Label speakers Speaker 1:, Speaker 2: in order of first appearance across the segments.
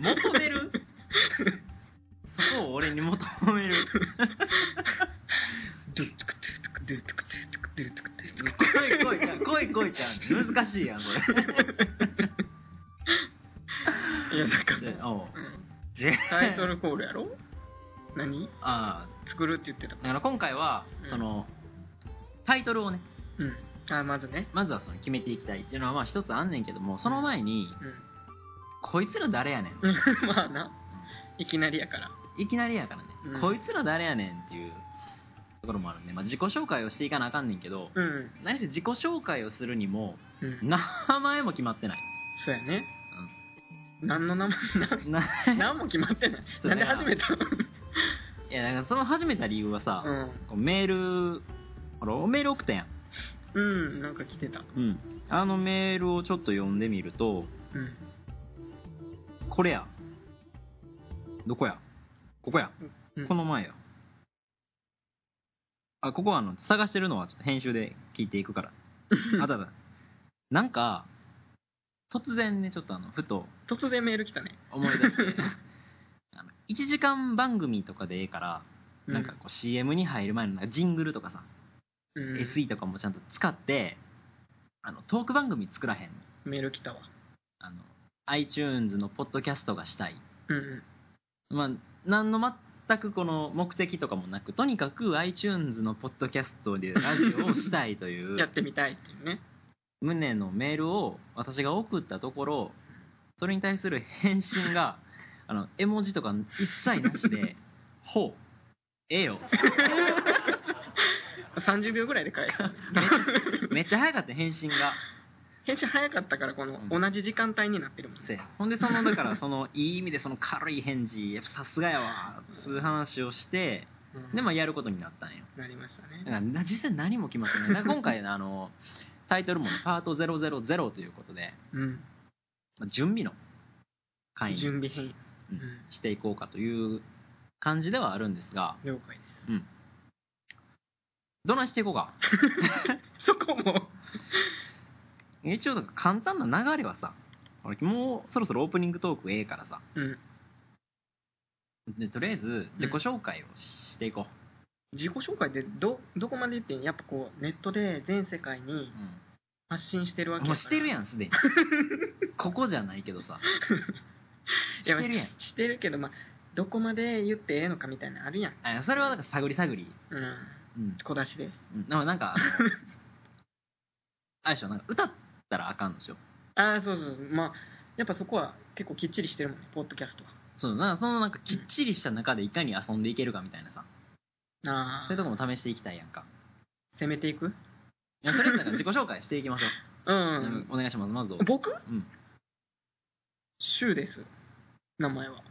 Speaker 1: 求めるそこを俺に求め る
Speaker 2: ドゥトゥクトゥトゥクドゥトゥクトゥトゥクドゥトゥクドゥトゥク
Speaker 1: 来い来いちゃん来い来いちゃん難しいやんそれ
Speaker 2: いやなんか
Speaker 1: でおう
Speaker 2: うん
Speaker 1: で
Speaker 2: タイトルコールやろ何
Speaker 1: あ
Speaker 2: 作るって言ってた
Speaker 1: あだから今回は
Speaker 2: うん
Speaker 1: そのタイトルをね
Speaker 2: うんあまずね
Speaker 1: まずはその決めていきたいっていうのはまあ一つあんねんけどもその前に、
Speaker 2: う
Speaker 1: こいつら誰やねん
Speaker 2: んまあないきなりやから
Speaker 1: いきなりやからね、
Speaker 2: うん
Speaker 1: こいつら誰やねんっていうところもあるね、まあ、自己紹介をしていかなあかんねんけど
Speaker 2: うん
Speaker 1: 何せ自己紹介をするにも
Speaker 2: うん
Speaker 1: 名前も決まってない
Speaker 2: そうやね何の名前
Speaker 1: な
Speaker 2: な何も決まってない
Speaker 1: そう
Speaker 2: なんで
Speaker 1: ね
Speaker 2: 始めたの
Speaker 1: いやだからその始めた理由はさ、こうメールほらメール送ったやん、
Speaker 2: うんうんなんか来てた
Speaker 1: うん、あのメールをちょっと読んでみると
Speaker 2: うん
Speaker 1: これやどこやここや、
Speaker 2: うん
Speaker 1: この前やあここはあの探してるのはちょっと編集で聞いていくからあだだなんか突然ねちょっとあのふと
Speaker 2: 突然メール来たね
Speaker 1: 思い出して あの1時間番組とかでええから、
Speaker 2: う
Speaker 1: なんかこう CM に入る前のなんかジングルとかさ、
Speaker 2: うん
Speaker 1: SE とかもちゃんと使ってあのトーク番組作らへんの
Speaker 2: メール来たわ
Speaker 1: あの iTunes のポッドキャストがしたい
Speaker 2: うんうん
Speaker 1: まあ何の全くこの目的とかもなくとにかく iTunes のポッドキャストでラジオをしたいという
Speaker 2: やってみた いっていうね
Speaker 1: 旨のメールを私が送ったところそれに対する返信 があの絵文字とか一切なしで「ほうええよ
Speaker 2: 30秒ぐらいで返したね
Speaker 1: めっちゃ早かった返信が
Speaker 2: 編集早かったからこの
Speaker 1: うん
Speaker 2: 同じ時間帯になってるもん
Speaker 1: せやほんでそのだからそのいい意味でその軽い返事やっぱさすがやわそういう話をして
Speaker 2: うん
Speaker 1: でまあやることになったんよ
Speaker 2: なりました
Speaker 1: だ
Speaker 2: ね
Speaker 1: からな実際何も決まってないだから今回のあのタイトルもねパート000ということで
Speaker 2: うん
Speaker 1: まあ準備の会に
Speaker 2: 準備編
Speaker 1: うん
Speaker 2: う
Speaker 1: していこうかという感じではあるんですが
Speaker 2: ん了解です
Speaker 1: どないしていこうか
Speaker 2: そこも
Speaker 1: 一応なんか簡単な流れはさ俺もうそろそろオープニングトークええからさ
Speaker 2: うん
Speaker 1: でとりあえず自己紹介をしていこ
Speaker 2: 自己紹介ってどどこまで言ってんやっぱこうネットで全世界に
Speaker 1: う、う
Speaker 2: 発信してるわけ
Speaker 1: ん、もうしてるや
Speaker 2: ん
Speaker 1: んすでに ここじゃないけどさして
Speaker 2: や
Speaker 1: るやん
Speaker 2: してるけどまあどこまで言ってええのかみたいなのあるやん
Speaker 1: あそれはだから探り探り
Speaker 2: うん
Speaker 1: うん
Speaker 2: 小出しで
Speaker 1: うんでもなんかあの あれでしょなんか歌ったらあかんのでしょ
Speaker 2: ああそうそうそうまあやっぱそこは結構きっちりしてるもんねポッドキャストは
Speaker 1: そうなそのなんかきっちりした中でいかに遊んでいけるかみたいなさ
Speaker 2: あ
Speaker 1: そういうと
Speaker 2: あ
Speaker 1: こも試していきたいやんか
Speaker 2: 攻めていく
Speaker 1: いやとりあえずなんか自己紹介していきましょ う、
Speaker 2: うん、
Speaker 1: お願いしますまずどうぞ
Speaker 2: 僕
Speaker 1: うん
Speaker 2: シュウです名前は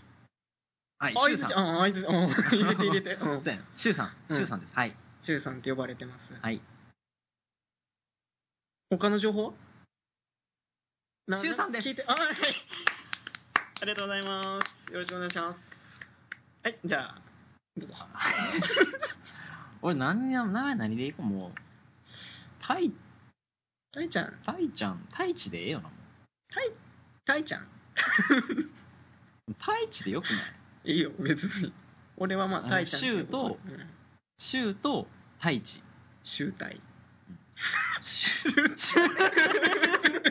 Speaker 1: はい
Speaker 2: あ
Speaker 1: シュ
Speaker 2: い
Speaker 1: ウ
Speaker 2: つ
Speaker 1: さん
Speaker 2: ちゃんあいつちゃんうん入れて入れてうん
Speaker 1: そうやんシュウさん
Speaker 2: うん
Speaker 1: シュウさんです、はい
Speaker 2: シュウさんって呼ばれてます
Speaker 1: はい
Speaker 2: 他の情報な
Speaker 1: シュウさんです
Speaker 2: 聞いてあはいありがとうございますよろしくお願いしますはいじゃあどうぞ
Speaker 1: 俺何や名前何でいこうもうタイ
Speaker 2: タイちゃん
Speaker 1: タイちゃんタイチでええよなも
Speaker 2: タイちゃん
Speaker 1: うタイチでよくない
Speaker 2: いいよ別に俺はま
Speaker 1: あの
Speaker 2: あタイちゃんって
Speaker 1: シュウと
Speaker 2: うん
Speaker 1: シュウとタイチ
Speaker 2: シュウタイ
Speaker 1: シュウシュウ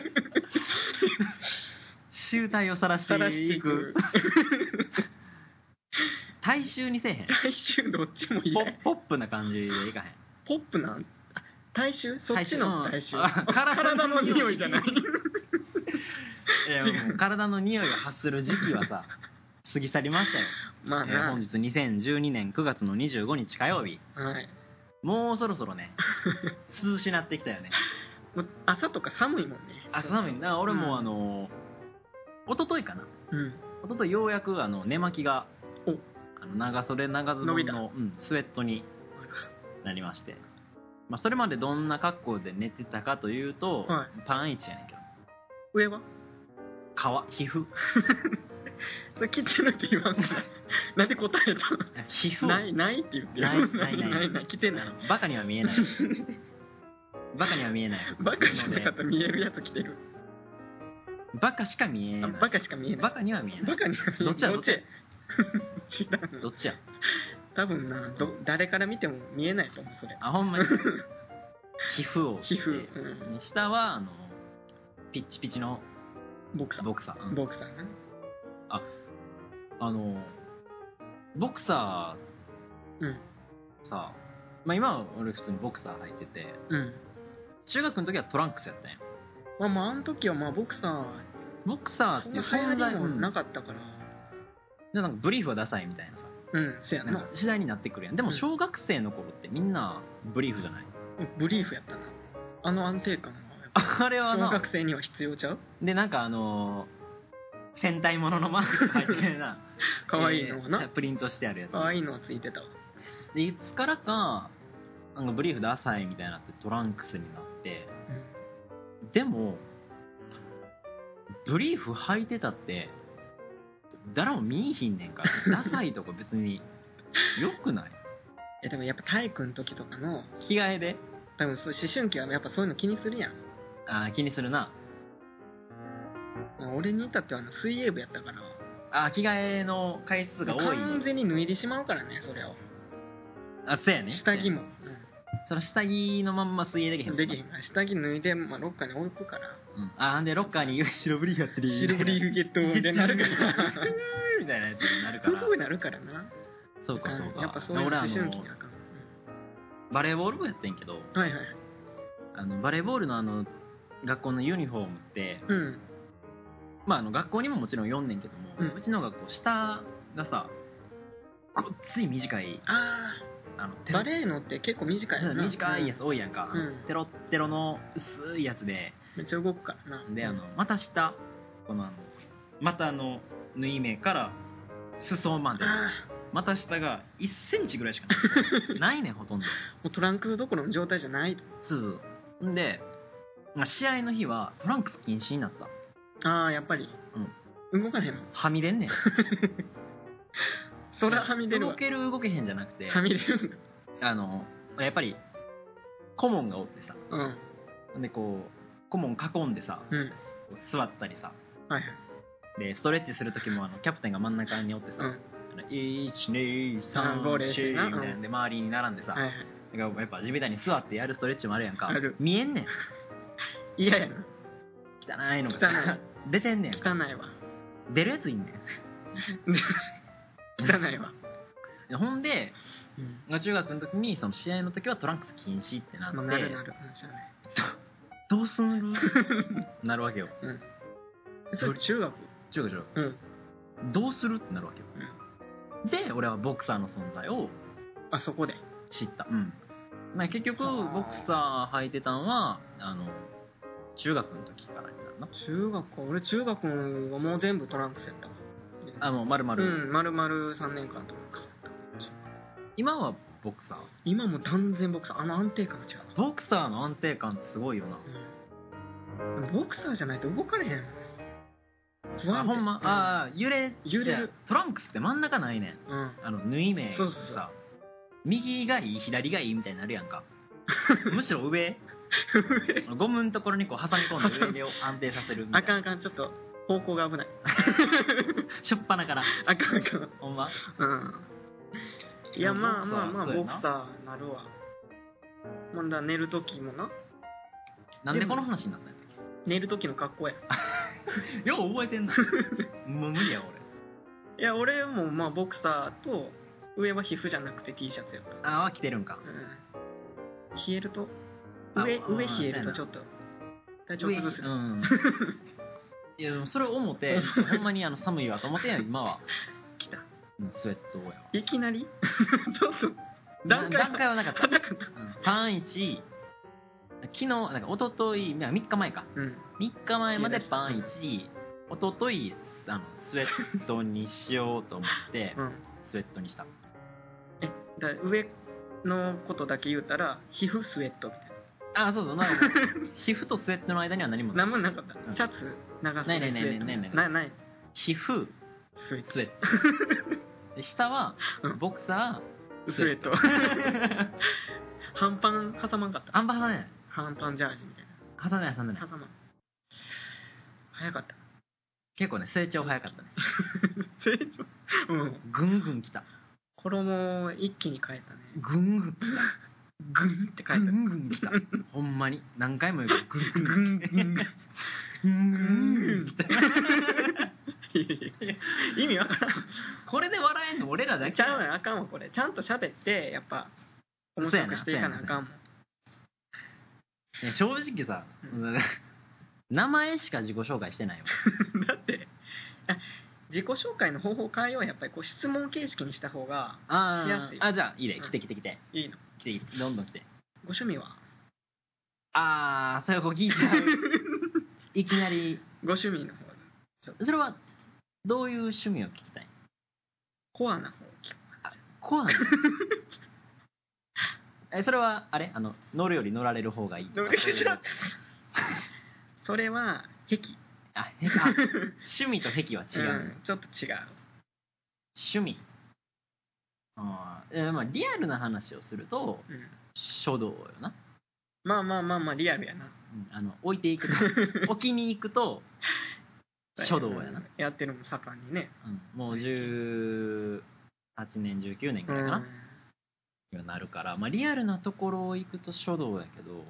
Speaker 1: 集体を晒して
Speaker 2: 晒して
Speaker 1: い
Speaker 2: い
Speaker 1: く
Speaker 2: く
Speaker 1: 大衆にせえへん
Speaker 2: 大衆どっちもい
Speaker 1: ポ
Speaker 2: い
Speaker 1: ッポップな感じでいかへん
Speaker 2: ポップなんあ大衆そっちの大衆
Speaker 1: うんあ
Speaker 2: 体の匂いじゃない
Speaker 1: いや
Speaker 2: 違う
Speaker 1: もう体の匂いを発する時期はさ過ぎ去りましたよ、
Speaker 2: まあ
Speaker 1: えー
Speaker 2: な
Speaker 1: 本日2012年9月の25日火曜日
Speaker 2: はい
Speaker 1: もうそろそろ ね涼しなってきたよね
Speaker 2: もう朝とか寒いもんね
Speaker 1: あ寒いな俺
Speaker 2: う
Speaker 1: も
Speaker 2: ん
Speaker 1: あの、一昨日かな
Speaker 2: うん
Speaker 1: 一昨日ようやくあの寝巻きが
Speaker 2: お
Speaker 1: あの長袖長ズボ
Speaker 2: 伸
Speaker 1: ン
Speaker 2: びた
Speaker 1: の、うん、スウェットになりまして、まあ、それまでどんな格好で寝てたかというと、
Speaker 2: は
Speaker 1: パンイチやねんけど
Speaker 2: 上は
Speaker 1: 皮皮膚
Speaker 2: それ切ってるって 言わんからなんで答えた
Speaker 1: 皮膚を
Speaker 2: ないないって言ってる
Speaker 1: ないないない
Speaker 2: ないない来てない
Speaker 1: バカには見 えないバカには見えない
Speaker 2: バカじゃなかったら見えるやつ来てる
Speaker 1: バカしか見えな
Speaker 2: あ
Speaker 1: い
Speaker 2: バカしか見えない
Speaker 1: バカには見えない
Speaker 2: バカには見えない
Speaker 1: どっちや
Speaker 2: どっちや 知らん
Speaker 1: どっちや
Speaker 2: 多分など誰から見ても見えないと思うそれ
Speaker 1: あほ んまに皮膚を
Speaker 2: 皮膚、
Speaker 1: して
Speaker 2: うん
Speaker 1: 下はあのピッチピチの
Speaker 2: ボクサー
Speaker 1: ボクサー、うん
Speaker 2: ボクサーな
Speaker 1: あのボクサ
Speaker 2: うん
Speaker 1: ーさまあ今は俺普通にボクサー履いてて
Speaker 2: うん
Speaker 1: 中学の時はトランクスやったんや
Speaker 2: まあまああの時はまあボクサ
Speaker 1: ボクサー
Speaker 2: ー
Speaker 1: って
Speaker 2: そん
Speaker 1: いう
Speaker 2: な
Speaker 1: 存
Speaker 2: 流行
Speaker 1: 在
Speaker 2: りも
Speaker 1: うん
Speaker 2: なかったから
Speaker 1: でなんかブリーフはダサいみたいなさ
Speaker 2: うん、せや
Speaker 1: なん
Speaker 2: な
Speaker 1: か次第になってくるやんでも
Speaker 2: うん
Speaker 1: 小学生の頃ってみんなブリーフじ ゃない、
Speaker 2: ブリーフやったなあの安定感はやっぱ
Speaker 1: あれは
Speaker 2: 小
Speaker 1: な
Speaker 2: 学生には必要ちゃう
Speaker 1: でなんかあのー戦隊もののマークが入ってる な
Speaker 2: 可愛いのは
Speaker 1: えー
Speaker 2: な
Speaker 1: プリントしてあるやつ
Speaker 2: 可愛いのはついてたわ
Speaker 1: でいつからかなんかブリーフダサいみたいになってトランクスになってでもブリーフ履いてたって誰も見いひんねんからダ サいとか別によくない
Speaker 2: えでもやっぱ体育の時とかの
Speaker 1: 着替えで
Speaker 2: 多分そう思春期はやっぱそういうの気にするやん
Speaker 1: あー気にするな
Speaker 2: まあ俺に至ってはあの水泳部やったから
Speaker 1: あー着替えの回数が多い
Speaker 2: 完全に脱いでしまうからねそれを
Speaker 1: あそうやね
Speaker 2: 下着も、
Speaker 1: その下着のまんま水泳できへ
Speaker 2: うんん、できへんから下着脱いで、まあ、ロッカーに置くから
Speaker 1: うん、あーでロッカーに白ブリーフやってる
Speaker 2: シルブリーフゲットみたいにな るから
Speaker 1: みたいなやつになるか
Speaker 2: 夫
Speaker 1: ら
Speaker 2: 婦になるからな
Speaker 1: そうかそうか
Speaker 2: やっぱそういう思
Speaker 1: 俺あの
Speaker 2: 春期にあかん、
Speaker 1: バレーボール部やってんけど
Speaker 2: うん、はいはいはい
Speaker 1: あのバレーボールのあの学校のユニフォームって、
Speaker 2: うん
Speaker 1: まあ、あの学校にももちろん読んねんけども、う
Speaker 2: うん
Speaker 1: ちの学校下がさごっつい短い
Speaker 2: あ
Speaker 1: あの
Speaker 2: あ
Speaker 1: テロ
Speaker 2: バレーのって結構短い
Speaker 1: そ
Speaker 2: よ
Speaker 1: う
Speaker 2: な
Speaker 1: 短いや
Speaker 2: う
Speaker 1: つ多いやんか、
Speaker 2: うん
Speaker 1: テロッテロの薄いやつで
Speaker 2: んめっちゃ動くからな
Speaker 1: であのまた下このあの股の縫い目から裾まで
Speaker 2: あ
Speaker 1: また下が1センチぐらいしか ないないねんほとんど
Speaker 2: あもうトランクスどころの状態じゃない
Speaker 1: そうそうんで、まあ、試合の日はトランクス禁止になった
Speaker 2: ああやっぱり、動かへんもん
Speaker 1: はみ出んねん
Speaker 2: そらはみ出るわ
Speaker 1: 動ける動けへんじゃなくて
Speaker 2: はみ出るんだ
Speaker 1: あのやっぱり顧問がおってさ
Speaker 2: うん
Speaker 1: でこう顧問囲んでさ
Speaker 2: うん
Speaker 1: 座ったりさ
Speaker 2: はいはい
Speaker 1: でストレッチする時もあのキャプテンが真ん中におってさ、
Speaker 2: うん
Speaker 1: あの12345
Speaker 2: 三五零四な
Speaker 1: みたいなんで周りに並んでさ、
Speaker 2: はいはい
Speaker 1: だからやっぱ地べたに座ってやるストレッチもあるやんか
Speaker 2: ある
Speaker 1: 見えんねん
Speaker 2: 嫌やな
Speaker 1: 汚いのが
Speaker 2: 汚
Speaker 1: 出てんねん
Speaker 2: 汚いわ
Speaker 1: 出るやついんね
Speaker 2: 汚いわ、
Speaker 1: んほんで
Speaker 2: うん
Speaker 1: 中学の時にその試合の時はトランクス禁止ってなって、
Speaker 2: まあ、なるなるうんしゃあない
Speaker 1: どうすんのなるわけよ
Speaker 2: それ中学
Speaker 1: 違う違う、
Speaker 2: うん
Speaker 1: どうするってなるわけよ、で俺はボクサーの存在を
Speaker 2: あそこで
Speaker 1: 知った、うんまあ、結局
Speaker 2: はあ
Speaker 1: ボクサー履いてたんはあの中学の時からになるな
Speaker 2: 中学か俺中学はもう全部トランクスやったわ
Speaker 1: あもう丸々、
Speaker 2: うん丸々3年間トランクスやった
Speaker 1: 今はボクサー
Speaker 2: 今も断然ボクサーあの安定感が違うな
Speaker 1: ボクサーの安定感ってすごいよな
Speaker 2: うんでもボクサーじゃないと動かれへん不
Speaker 1: あほんま、ああ揺れ
Speaker 2: 揺れる
Speaker 1: じゃあトランクスって真ん中ないねん
Speaker 2: うん
Speaker 1: あの縫い目
Speaker 2: そうそうそう
Speaker 1: さ右がいい左がいいみたいになるやん かむしろ上ゴムのところにこう挟み込んで上で安定させるみた
Speaker 2: あ
Speaker 1: いな
Speaker 2: かんあかんちょっと方向が危ない
Speaker 1: しょっぱなから
Speaker 2: あかんあかん
Speaker 1: ほんま
Speaker 2: うんいやまあまあまあ
Speaker 1: そうや
Speaker 2: ボ
Speaker 1: な
Speaker 2: クサーなるわまだ寝る時もな
Speaker 1: なんでこの話になったんやっ
Speaker 2: 寝る時の格好や
Speaker 1: けよう覚えてん なもう無理や
Speaker 2: いや俺もまあボクサーと上は皮膚じゃなくて T シャツやった
Speaker 1: 俺ああ着てるんか
Speaker 2: うん冷えると
Speaker 1: あ
Speaker 2: 上
Speaker 1: うん
Speaker 2: 上冷えるとちょっと体調
Speaker 1: 上
Speaker 2: 崩す
Speaker 1: う
Speaker 2: ね
Speaker 1: んいやでもそれを思ってほんまにあの寒いわと思ってんや今は、
Speaker 2: きた
Speaker 1: うん、スウェットやわ
Speaker 2: いきなりちょっと段階
Speaker 1: な段階はな かった、
Speaker 2: 肌かな
Speaker 1: うん、パン1昨日なんか一昨日まあ3日前か
Speaker 2: うん
Speaker 1: 3日前までパン1一昨日あのスウェットにしようと思って
Speaker 2: うん
Speaker 1: スウェットにした
Speaker 2: だから上のことだけ言うたら皮膚スウェットみたい
Speaker 1: ああそうそうなんか 皮膚とスウェットの間には何もな
Speaker 2: ない何もなかっ
Speaker 1: うん
Speaker 2: たシャツ
Speaker 1: な
Speaker 2: 長袖
Speaker 1: い
Speaker 2: スウ
Speaker 1: ないない
Speaker 2: ェット
Speaker 1: ないないない
Speaker 2: ないない
Speaker 1: 皮膚
Speaker 2: スウェッ
Speaker 1: ス ウェットで下は
Speaker 2: うん
Speaker 1: ボクサ
Speaker 2: トスウェット
Speaker 1: ー
Speaker 2: 半パン挟まんかった
Speaker 1: あんま挟んでない
Speaker 2: 半パンジャージみたい
Speaker 1: 挟んでない挟んでな
Speaker 2: ない挟まん早かった
Speaker 1: 結構ね成長早かったね
Speaker 2: 成長うん
Speaker 1: ぐんぐん来た
Speaker 2: 衣を一気に変えたね
Speaker 1: ぐんぐん
Speaker 2: グンって
Speaker 1: ぐ
Speaker 2: 変えた
Speaker 1: んぐん来たほんまに何回も言うけどぐん
Speaker 2: グ
Speaker 1: ぐん
Speaker 2: ングングン
Speaker 1: ぐん
Speaker 2: グ
Speaker 1: ぐ
Speaker 2: ン
Speaker 1: ん
Speaker 2: グ
Speaker 1: 来
Speaker 2: ン
Speaker 1: た
Speaker 2: いやいやいや意味わからん
Speaker 1: これで笑えんの俺らだけ
Speaker 2: ちゃうやんあかんわこれちゃんと喋ってやっぱ面白くしていかなあかんもん
Speaker 1: いや正直さ、
Speaker 2: う
Speaker 1: 名前しか自己紹介してないわ
Speaker 2: だってあ自己紹介の方法変えようやっぱりこう質問形式にした方が
Speaker 1: あー
Speaker 2: しやすい
Speaker 1: あじゃあいいね
Speaker 2: うん
Speaker 1: 来て来て来て
Speaker 2: いいの
Speaker 1: 来て来てどんどん来て
Speaker 2: ご趣味は
Speaker 1: ああそれはこう聞いちゃ ういきなり
Speaker 2: ご趣味の方
Speaker 1: それはどういう趣味を聞きたい
Speaker 2: コアな方を聞く
Speaker 1: コアなえそれはあれあの乗るより乗られる方がいいとか
Speaker 2: 乗る
Speaker 1: そういうやつ
Speaker 2: それは壁
Speaker 1: あへあ趣味と癖は違う、
Speaker 2: うんちょっと違う
Speaker 1: 趣味あーえまあリアルな話をすると
Speaker 2: うん
Speaker 1: 書道よな、
Speaker 2: まあまあまあまあリアルやな
Speaker 1: うんあの置いていくと 置きに行くと書道やな、
Speaker 2: やってるもん盛んにね
Speaker 1: うんもう18年19年ぐらいかな、
Speaker 2: うん
Speaker 1: にはなるから、まあ、リアルなところを行くと書道やけど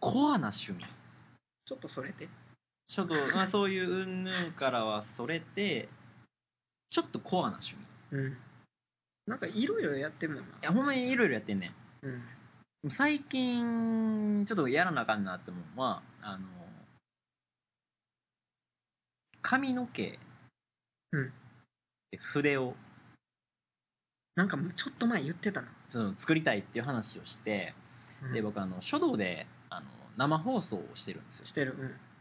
Speaker 1: コアな趣味
Speaker 2: ちょっとそれで
Speaker 1: 書道、まあ、そういう云々からはそれてちょっとコアな趣味
Speaker 2: うんなんかいろいろやってるもんない
Speaker 1: やほんまにいろいろやってんね
Speaker 2: うん
Speaker 1: ん最近ちょっとやらなあかんなって思うのはあの髪の毛
Speaker 2: うん
Speaker 1: で筆を
Speaker 2: なんかもうちょっと前言ってたな
Speaker 1: その作りたいっていう話をして
Speaker 2: うん
Speaker 1: で僕あの書道であの生放送をしてるんですよ
Speaker 2: してる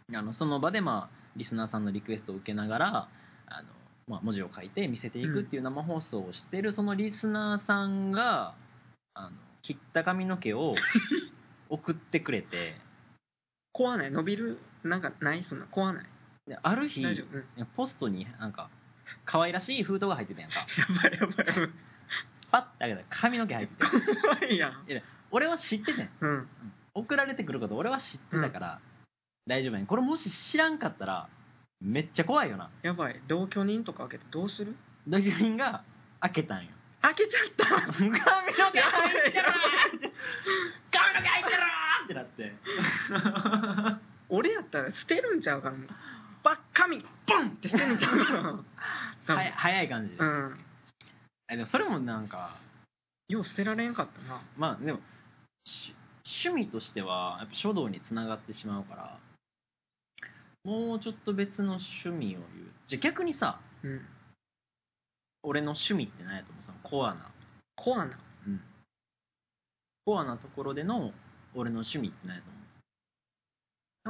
Speaker 2: うん
Speaker 1: あのその場で、まあ、リスナーさんのリクエストを受けながらあの、まあ、文字を書いて見せていくっていう生放送をしてる、そのリスナーさんがあの切った髪の毛 を送ってくれて
Speaker 2: コアない伸びるなんかないそんなコアない
Speaker 1: である日
Speaker 2: 大丈夫うん
Speaker 1: ポストになんか可愛らしい封筒が入ってたやんか
Speaker 2: やばいやばい うん
Speaker 1: パッて開けたら髪の毛入ってて
Speaker 2: 怖いやん
Speaker 1: 俺は知っててん
Speaker 2: うん
Speaker 1: 送られてくること俺は知ってたから、大丈夫やんこれもし知らんかったらめっちゃ怖いよな
Speaker 2: やばい同居人とか開けてどうする
Speaker 1: 同居人が開けたんよ
Speaker 2: 開けちゃった
Speaker 1: 髪の毛入ってる髪の毛入ってるってなって
Speaker 2: 俺やったら捨てるんちゃうかなばっかみボンって捨てるんちゃうか な多分
Speaker 1: はや早い感じで
Speaker 2: うん
Speaker 1: えでもそれもなんか
Speaker 2: よう捨てられんかったな
Speaker 1: まあでもし趣味としてはやっぱ書道につながってしまうからもうちょっと別の趣味を言うじゃあ逆にさ
Speaker 2: うん
Speaker 1: 俺の趣味って何やと思うそのコアな
Speaker 2: コアな
Speaker 1: コアなところでの俺の趣味って何やと思う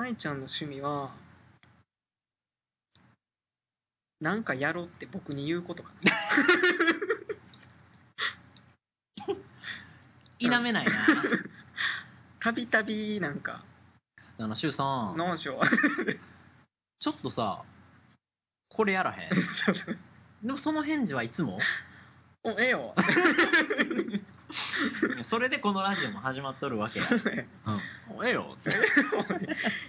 Speaker 2: 愛ちゃんの趣味はなんかやろうって僕に言うことかな
Speaker 1: 否めないな
Speaker 2: たびたびなんか
Speaker 1: あの柊さ
Speaker 2: 「
Speaker 1: ん
Speaker 2: ノーシ ョ
Speaker 1: ちょっとさこれやらへん でもその返事はいつも
Speaker 2: おええ よ
Speaker 1: いやそれでこのラジオも始まっとるわけや。うん、ええよ。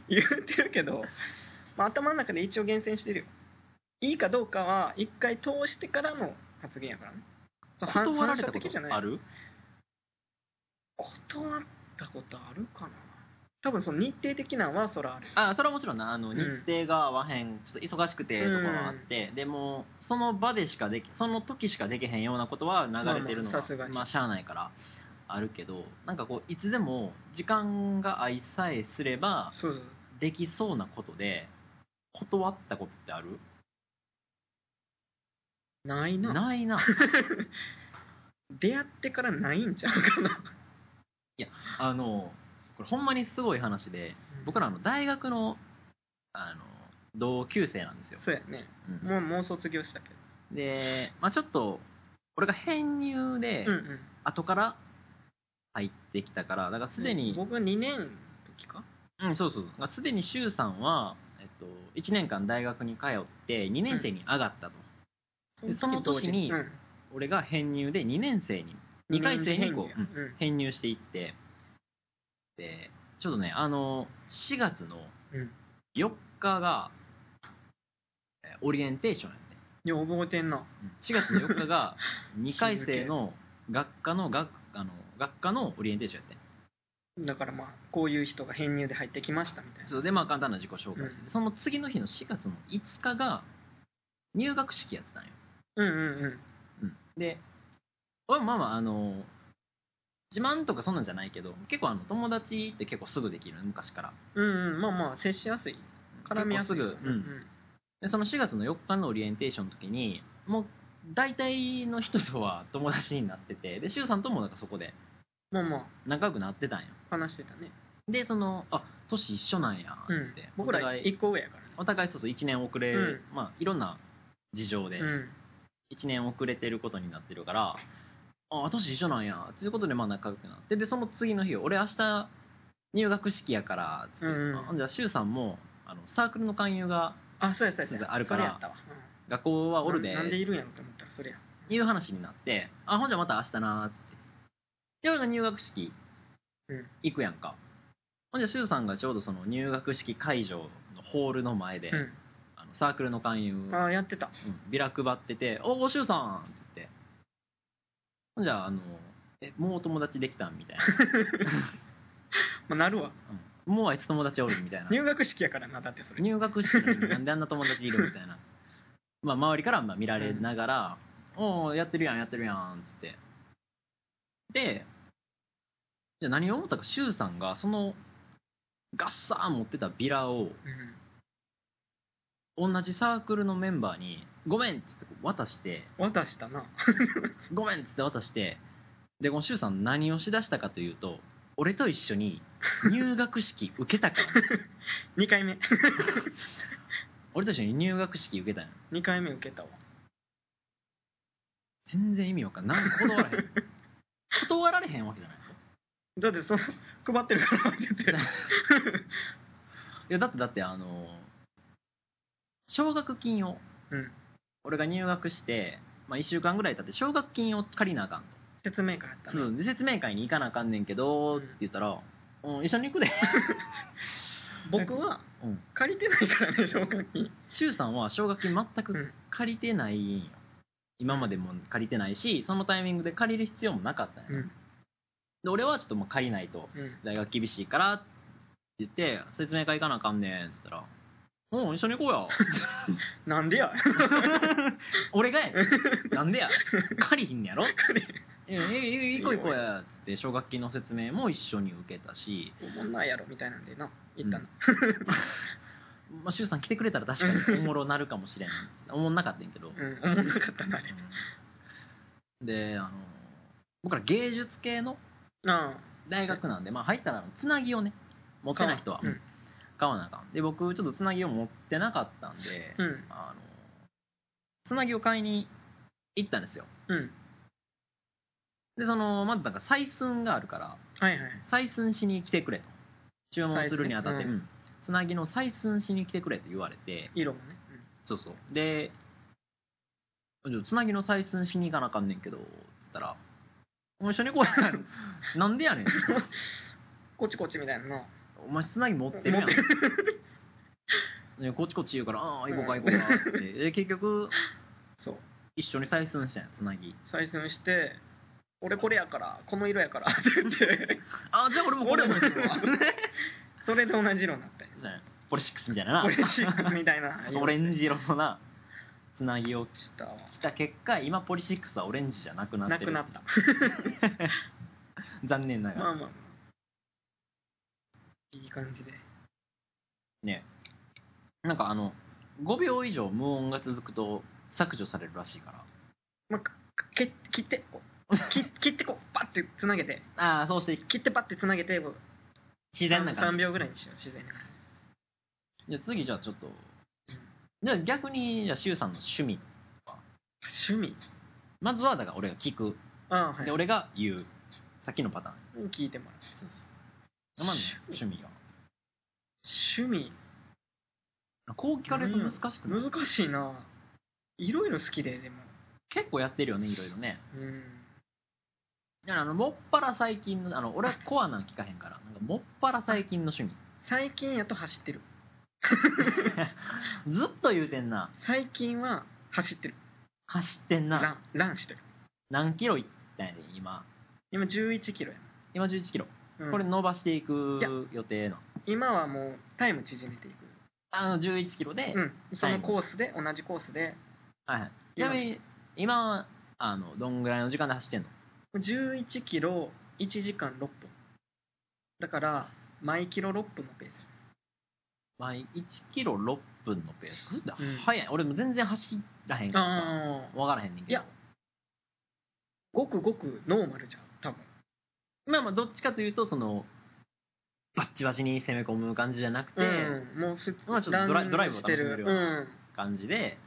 Speaker 2: 言ってるけど、まあ、頭の中で一応厳選してるよいいかどうかは一回通してからの発言やからねそう反
Speaker 1: 断られた
Speaker 2: 反
Speaker 1: こ
Speaker 2: 射的じゃ
Speaker 1: と
Speaker 2: な
Speaker 1: あ
Speaker 2: い
Speaker 1: る
Speaker 2: 断ったことあるかな多分その日程的なんはそらある
Speaker 1: あそれはもちろんなあの
Speaker 2: ん
Speaker 1: 日程が合わへん、ちょっと忙しくてとかはあって、でもその場でしかできその時しかできへんようなことは流れてるの
Speaker 2: まあま
Speaker 1: は
Speaker 2: あさすがに
Speaker 1: まあしゃあないからあるけどなんかこういつでも時間が合いさえすれば
Speaker 2: そうそう
Speaker 1: できそうなことで断ったことってある
Speaker 2: ないな
Speaker 1: ない な
Speaker 2: 出会ってからないんちゃうかな
Speaker 1: あのこれほんまにすごい話で僕らあの大学のあの同級生なんですよ、
Speaker 2: そうやね
Speaker 1: うん
Speaker 2: もうもう卒業したけど
Speaker 1: で、まあ、ちょっと俺が編入で
Speaker 2: うんうん
Speaker 1: 後から入ってきたからだからすでに、
Speaker 2: 僕2年の時か
Speaker 1: うん、そうそうだからすでに柊さんは、えっと、1年間大学に通って2年生に上がったと、でその
Speaker 2: 時同時
Speaker 1: 年に
Speaker 2: うん
Speaker 1: 俺が編入で2年生に二回生にこう
Speaker 2: 二年生にうん
Speaker 1: 編入していってでちょっとねあの4月の
Speaker 2: うん
Speaker 1: 4日がオリエンテーションやって
Speaker 2: いや覚えてんな
Speaker 1: 4月の4日が2回生の学科の学あの学科のオリエンテーションやって
Speaker 2: だからまあこういう人が編入で入ってきましたみたいな
Speaker 1: そうでまあ簡単な自己紹介して、
Speaker 2: うん
Speaker 1: その次の日の4月の5日が入学式やったんよ、
Speaker 2: うんうんうん
Speaker 1: うん、で俺もまあまああの自慢とかそんなんじゃないけど結構あの友達って結構すぐできるの昔から
Speaker 2: うんうんまあまあ接しやすい絡みやすい
Speaker 1: 結構すぐ、うんでその4月の4日のオリエンテーションの時にもう大体の人とは友達になっててで柊さんともなんかそこで
Speaker 2: まあまあ
Speaker 1: 仲良くなってたんよ
Speaker 2: 話してたね
Speaker 1: でそのあ年一緒なんやっ
Speaker 2: うん
Speaker 1: つって、
Speaker 2: 僕
Speaker 1: お
Speaker 2: ら
Speaker 1: 互
Speaker 2: 一
Speaker 1: い
Speaker 2: 個上やからね
Speaker 1: お互いそうそう1年遅れ、
Speaker 2: うん
Speaker 1: まあいろんな事情で
Speaker 2: うん
Speaker 1: 1年遅れてることになってるから、あ年一緒なんやということでまあ仲良くなってでその次の日俺明日入学式やからつって、
Speaker 2: うんうん
Speaker 1: あほんじゃ柊さんもあのサークルの勧誘が
Speaker 2: あそうやそうやそうや
Speaker 1: あるから
Speaker 2: それやったわ
Speaker 1: 学校は
Speaker 2: うん
Speaker 1: おるで
Speaker 2: ななんでいるんやろと思ったらそれや
Speaker 1: いう話になって、あ、ほんじゃまた明日なーっつって。で、俺が入学式
Speaker 2: うん
Speaker 1: 行くやんか。ほんじゃ、柊さんがちょうどその入学式会場のホールの前で、
Speaker 2: う
Speaker 1: あのサークルの勧誘、
Speaker 2: んあやってた
Speaker 1: うんビラ配ってて、おお、柊さんって言って。ほんじゃ、あの、え、もう友達できたんみたい な、
Speaker 2: まあなるわ
Speaker 1: うんもうあいつ友達おるみたいな。
Speaker 2: 入学式やからなだってそれ
Speaker 1: 入学式なのになんであんな友達いるみたいな まあ周りからまあ見られながら「おおやってるやんやってるやん」っつってでじゃあ何を思ったか柊さんがそのガッサー持ってたビラを
Speaker 2: うん
Speaker 1: 同じサークルのメンバーに「ごめん」っつってこう渡して
Speaker 2: 渡したな
Speaker 1: 「ごめん」っつって渡してでこの柊さん何をしだしたかというと俺と一緒に入学式受けたから、ね、
Speaker 2: 2回目
Speaker 1: 俺と一緒に入学式受けたんよ
Speaker 2: 2回目受けたわ
Speaker 1: 全然意味わかんないなんか断ら へん断られへんわけじゃない
Speaker 2: だってその配ってるからって言って
Speaker 1: いやだってだってあの奨学金を
Speaker 2: うん
Speaker 1: 俺が入学して、まあ、1週間ぐらい経って奨学金を借りなあかん
Speaker 2: 説明会やった
Speaker 1: と、
Speaker 2: ね
Speaker 1: で説明会に行かなあかんねんけどって言ったら、うん、一緒に行くで
Speaker 2: 僕は
Speaker 1: うん
Speaker 2: 借りてないからね奨学金
Speaker 1: 柊さんは奨学金全
Speaker 2: う
Speaker 1: く
Speaker 2: ん
Speaker 1: 借りてないんよ今までも借りてないしそのタイミングで借りる必要もなかったんや
Speaker 2: うん
Speaker 1: で俺はちょっともう借りないと
Speaker 2: うん
Speaker 1: 大学厳しいからって言って説明会行かなあかんねんっつったら「うん一緒に行こう よ」
Speaker 2: なんでや
Speaker 1: 俺がやねんなんで や借りひんねやろ
Speaker 2: 借り
Speaker 1: ええええ行こう行こうやっつって奨学金の説明も一緒に受けたし
Speaker 2: おもんないやろみたいなんでな言ったの
Speaker 1: まあ、周さん来てくれたら確かにおもろなるかもしれんおもんなかったんやけど、
Speaker 2: うんおもんなかったなあれ
Speaker 1: であの僕ら芸術系の
Speaker 2: あ
Speaker 1: 大学なんで、まあ、入ったらつなぎをね持
Speaker 2: あ
Speaker 1: ってない人は
Speaker 2: うん
Speaker 1: 買わなあかんで僕ちょっとつなぎを持ってなかったんで、
Speaker 2: うん
Speaker 1: あのつなぎを買いに行ったんですよ
Speaker 2: うん
Speaker 1: でそのまずなんか採寸があるから
Speaker 2: はいはい
Speaker 1: 採寸しに来てくれと注文するにあたって、
Speaker 2: 採寸
Speaker 1: うんつなぎの採寸しに来てくれと言われて
Speaker 2: 色もね
Speaker 1: そうそうでじゃあつなぎの採寸しに行かなあかんねんけどつったら「お前一緒に来い なんでやねん
Speaker 2: こっちこっちみたいなの
Speaker 1: お前つなぎ持ってるやん」でこっちこっち言うから「ああ行こうか行こうか」 ってで結局
Speaker 2: そう
Speaker 1: 一緒に採寸したんやつなぎ
Speaker 2: 採寸して俺これやからこの色やからって言って
Speaker 1: ああじゃあ俺もこれも
Speaker 2: 俺もそれで同じ色になったよ
Speaker 1: これ6みたいな
Speaker 2: オレンジみたいな
Speaker 1: なオレンジ色のなつなぎを
Speaker 2: したわ
Speaker 1: 来た結果今ポリシックスはオレンジじゃなくな
Speaker 2: な
Speaker 1: って
Speaker 2: く
Speaker 1: る
Speaker 2: なった
Speaker 1: 残念ながら、
Speaker 2: まあまあまあいい感じで
Speaker 1: ねなんかあの5秒以上無音が続くと削除されるらしいから
Speaker 2: まあかかけ切ってこう切切ってこうパッてつなげて
Speaker 1: ああそうして
Speaker 2: 切ってパッてつなげてこう
Speaker 1: 自然な感
Speaker 2: 3
Speaker 1: じ
Speaker 2: 秒ぐらいにしよう自然な感
Speaker 1: じゃあ次じゃあちょっとじゃあ逆にじゃあ柊さんの趣味
Speaker 2: じ趣味
Speaker 1: まずはだから俺が聞く
Speaker 2: ああはい
Speaker 1: で俺が言うさっきのパターン
Speaker 2: 聞いてもらう
Speaker 1: まず趣味が
Speaker 2: 趣味
Speaker 1: こう聞かれると難しくない
Speaker 2: 難しいないろいろ好きででも
Speaker 1: 結構やってるよねいろいろね
Speaker 2: うん
Speaker 1: だからあのもっぱら最近のあの俺はコアなん聞かへんからなんかもっぱら最近の趣味
Speaker 2: 最近やと走ってる
Speaker 1: ずっと言うてんな。
Speaker 2: 最近は走ってる
Speaker 1: 走ってん
Speaker 2: ラ
Speaker 1: な。
Speaker 2: ンランしてる
Speaker 1: 何キロいったんやねん今。
Speaker 2: 今1 1キロや
Speaker 1: 今11キロ。
Speaker 2: な、うん
Speaker 1: これ伸ばしてい
Speaker 2: いや
Speaker 1: く予定の。
Speaker 2: 今はもうタイム縮めていく
Speaker 1: あの、11キロで、
Speaker 2: うん、そのコースで、同じコースで、
Speaker 1: はいはい。ちなみに、今、あの、どんぐらいの時間で走ってんの
Speaker 2: 11キロ、1時間6分。だから、毎キロ6分のペース。
Speaker 1: まあ、1キロ6分のペース。それって
Speaker 2: うん
Speaker 1: 早い。俺も全然走らへんから
Speaker 2: あ
Speaker 1: さ。わからへんねんけど
Speaker 2: いや。ごくごくノーマルじゃん、多分。
Speaker 1: まあまあ、どっちかというと、その、バッチバチに攻め込む感じじゃなくて、
Speaker 2: うん、もう普通
Speaker 1: まあちょっとドライ
Speaker 2: ンニング
Speaker 1: ドライブを
Speaker 2: して
Speaker 1: 楽しめるよう
Speaker 2: うん、
Speaker 1: 感じで、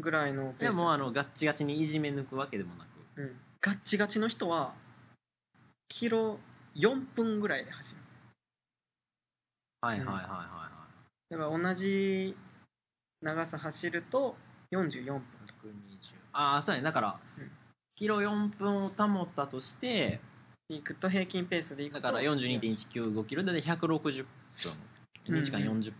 Speaker 2: ぐらいのペー
Speaker 1: で
Speaker 2: ス。
Speaker 1: もあの、ガッチガチにいじめ抜くわけでもなく。
Speaker 2: うん、ガッチガチの人は、キロ4分ぐらいで走る。
Speaker 1: はいはい
Speaker 2: うん
Speaker 1: はいはいは
Speaker 2: だから同じ長さ走ると44分
Speaker 1: い。120。ああ、そうやね。だから
Speaker 2: うん、
Speaker 1: キロ4分を保ったとして、
Speaker 2: いくと平均ペースでいくと
Speaker 1: だから42.195キロで160分。2時間
Speaker 2: うん
Speaker 1: 40
Speaker 2: う
Speaker 1: 分
Speaker 2: ん。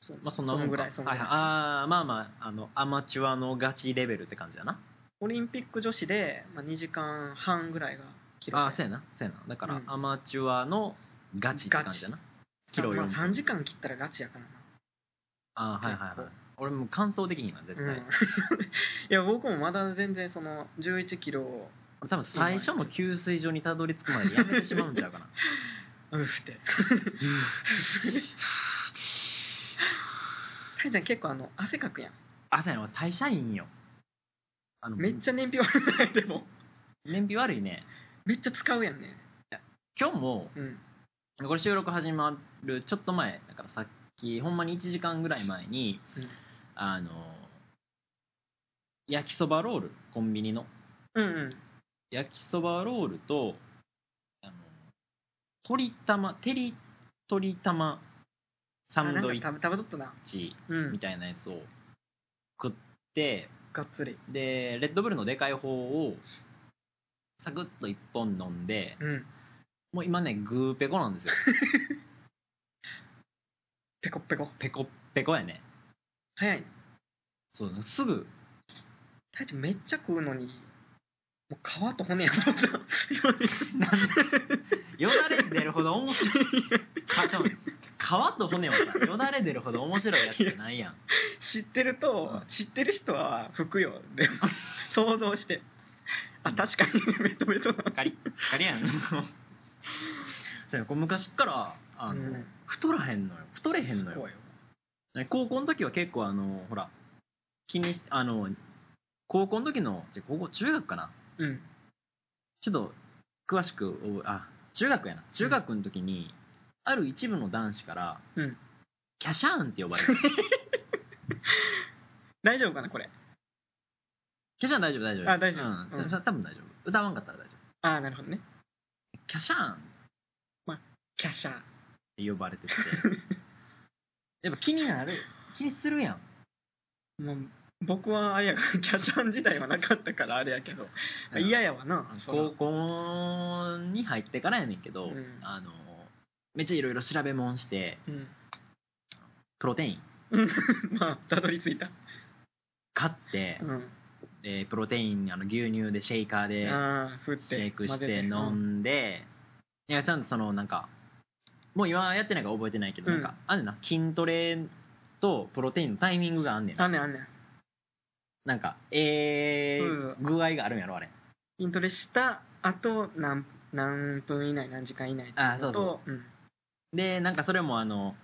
Speaker 2: そう
Speaker 1: まあそんなもん
Speaker 2: ぐ
Speaker 1: か。
Speaker 2: らいそんぐらい、
Speaker 1: はいはいああ、まあまあ、あの、アマチュアのガチレベルって感じだな。
Speaker 2: オリンピック女子で、まあ、2時間半ぐらいが記録
Speaker 1: ああ、そうやな。そうやな。だから
Speaker 2: う、ん
Speaker 1: アマチュアのガチって感じだな。キロ
Speaker 2: まあ
Speaker 1: 4分
Speaker 2: 3時間切ったらガチやからな
Speaker 1: ああ、はいはいはい。俺もう感想的には絶
Speaker 2: うん い
Speaker 1: 対。
Speaker 2: や僕もまだ全然その11キロを
Speaker 1: 多分最初の給水所にたどり着くまでやめてしまうんちゃうかな。
Speaker 2: うーってタイちゃん結構あの汗かくやん
Speaker 1: 朝やな、代謝いいんよ。あの、
Speaker 2: めっちゃ燃費悪くないでも
Speaker 1: 燃費悪いね。
Speaker 2: めっちゃ使うやんね
Speaker 1: 今日も、
Speaker 2: うん
Speaker 1: これ収録始まるちょっと前だからさっきほんまに1時間ぐらい前に、
Speaker 2: うん
Speaker 1: あの焼きそばロールコンビニの
Speaker 2: うんうん
Speaker 1: 焼きそばロールとあの鶏玉照り鶏玉サンドイ
Speaker 2: あ
Speaker 1: ッ
Speaker 2: なんか食べ食べとったな
Speaker 1: チ
Speaker 2: うん
Speaker 1: みたいなやつを食って
Speaker 2: がっつり
Speaker 1: でレッドブルのでかい方をサクッと1本飲んで
Speaker 2: うん
Speaker 1: もう今ねグーペコなんですよ
Speaker 2: ペコペコ
Speaker 1: ペコッペコやね
Speaker 2: 早いね
Speaker 1: そうすぐ
Speaker 2: タイちゃんめっちゃ食うのにもう皮と骨やもんな
Speaker 1: よだれ出るほど面白い。かちょっと待って皮と骨はさよだれ出るほど面白いやつじゃないやん。
Speaker 2: 知ってると、
Speaker 1: うん
Speaker 2: 知ってる人は服よで想像してあ確かにベトベトだ
Speaker 1: カリッカリ やん。そうやこう昔っからあの、
Speaker 2: うん
Speaker 1: 太らへんのよ太れへんの
Speaker 2: すご
Speaker 1: よ
Speaker 2: いよ
Speaker 1: ね高校の時は結構あのほら気にしあの高校の時のじゃ高校中学かな
Speaker 2: うん
Speaker 1: ちょっと詳しく覚えあ中学やな中学の時に、ある一部の男子から、
Speaker 2: うん
Speaker 1: キャシャーンって呼ばれてた
Speaker 2: 大丈夫かなこれ
Speaker 1: キャシャーン大丈夫大丈夫
Speaker 2: あ大丈夫
Speaker 1: うん
Speaker 2: うん
Speaker 1: それ多分大丈夫歌わんかったら大丈夫
Speaker 2: ああなるほどね
Speaker 1: キャシャーンっ
Speaker 2: キャシャー
Speaker 1: て呼ば れててやっぱ気になる気にするやん
Speaker 2: もう僕はあれやからキャシャン時代はなかったからあれやけど嫌やわなそ
Speaker 1: 高
Speaker 2: う
Speaker 1: 校に入ってからやねんけど、
Speaker 2: うん
Speaker 1: あのめっちゃいろいろ調べもんして
Speaker 2: うん
Speaker 1: プロテイン
Speaker 2: うんまあたどり着いた
Speaker 1: 買って
Speaker 2: う、ん
Speaker 1: でプロテインあの牛乳でシェイカーで
Speaker 2: ああ振って
Speaker 1: シェイクし
Speaker 2: 混ぜ
Speaker 1: て飲
Speaker 2: うん
Speaker 1: んで、いやちゃんとそのなんかもう今やってないから覚えてないけど、
Speaker 2: う
Speaker 1: な
Speaker 2: ん
Speaker 1: んかあんねんな筋トレとプロテインのタイミングがあんねんな
Speaker 2: あんねんあんねん
Speaker 1: なんかええ
Speaker 2: うん
Speaker 1: 具合があるんやろあれ
Speaker 2: 筋トレしたあと何何分以内何時間以内っていのと
Speaker 1: あそう
Speaker 2: うん
Speaker 1: でなんかそれもあの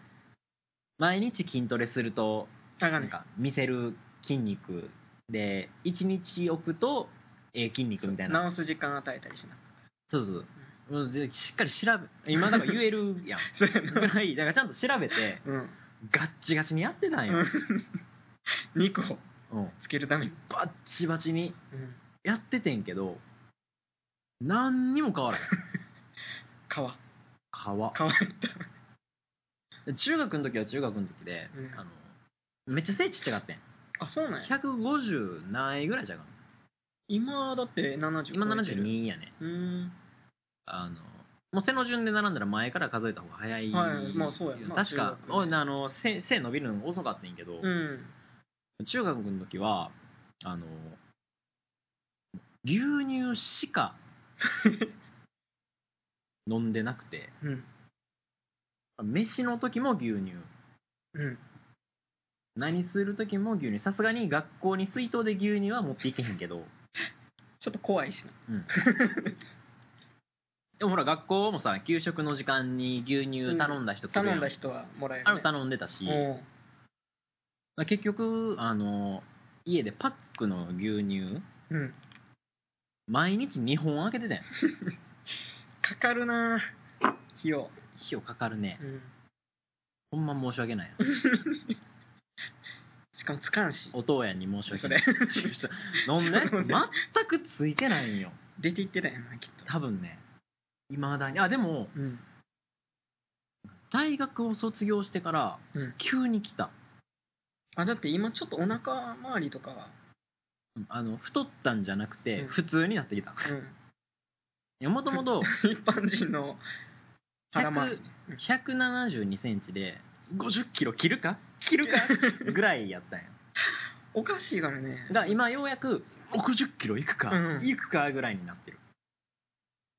Speaker 1: 毎日筋トレすると
Speaker 2: あが
Speaker 1: なん
Speaker 2: ねん
Speaker 1: か見せる筋肉で1日置くとええ筋肉みたいな
Speaker 2: 直す時間与えたりしな
Speaker 1: そうそうもうぜしっかり調べ今だから言えるやん
Speaker 2: そうや
Speaker 1: ぐ
Speaker 2: な
Speaker 1: らいだからちゃんと調べて
Speaker 2: うん
Speaker 1: ガッチガチにやってたんよ、
Speaker 2: 肉を
Speaker 1: うん、
Speaker 2: つけるために、
Speaker 1: バッチバチにやっててんけど何にも変わらへん
Speaker 2: 皮皮や
Speaker 1: 皮
Speaker 2: った
Speaker 1: 中学の時は中学の時で、
Speaker 2: うん
Speaker 1: あのめっちゃ背ちっちゃかってん
Speaker 2: あそうなんや
Speaker 1: 150ないぐらいじゃうかな
Speaker 2: 今だって70
Speaker 1: 今
Speaker 2: 超えてる
Speaker 1: 72やね
Speaker 2: うーん
Speaker 1: あのもう背の順で並んだら前から数えた方が早い。
Speaker 2: はいまあそうやな
Speaker 1: 確か、
Speaker 2: 中学ね
Speaker 1: おあの背、背伸びるの遅かったんやけど、
Speaker 2: うん。
Speaker 1: 中学の時は、あの、牛乳し か飲んでなくて、
Speaker 2: うん。
Speaker 1: 飯の時も牛乳、
Speaker 2: うん。
Speaker 1: 何する時も牛乳、さすがに学校に水筒で牛乳は持っていけへんけど、
Speaker 2: ちょっと怖いしな。
Speaker 1: うんでもほら、学校もさ、給食の時間に牛乳頼んだ人来るや
Speaker 2: 頼
Speaker 1: ん
Speaker 2: んだ人はもらえる、ね。
Speaker 1: あれ頼んでたし、
Speaker 2: お
Speaker 1: 結局、あの、家でパックの牛乳、
Speaker 2: ううん。
Speaker 1: 毎日2本開けてたやん。
Speaker 2: かかるな費用。
Speaker 1: 費用かかるね。
Speaker 2: うん。
Speaker 1: ほんま申し訳ないな。
Speaker 2: しかもつかんし。
Speaker 1: お父やんに申し訳
Speaker 2: そ
Speaker 1: な
Speaker 2: れ
Speaker 1: い。。 飲んで
Speaker 2: そうね
Speaker 1: 全くついてないんよ。
Speaker 2: 出て行ってたよな、きっと。
Speaker 1: 多分ね、いまだに。あ、でも、
Speaker 2: うん。
Speaker 1: 大学を卒業してから
Speaker 2: うん、
Speaker 1: 急に来た。
Speaker 2: あ、だって今ちょっとお腹周りとかは、
Speaker 1: うんあの、太ったんじゃなくて、
Speaker 2: うん
Speaker 1: 普通になってきた。
Speaker 2: うん。
Speaker 1: いやもともと、
Speaker 2: 一般人の 腹周り。
Speaker 1: 172センチで、50キロ切るか切るか ぐらいやったんよ。
Speaker 2: おかしいからね。
Speaker 1: が、今ようやく、60キロいくか、
Speaker 2: うん
Speaker 1: いくかぐらいになってる。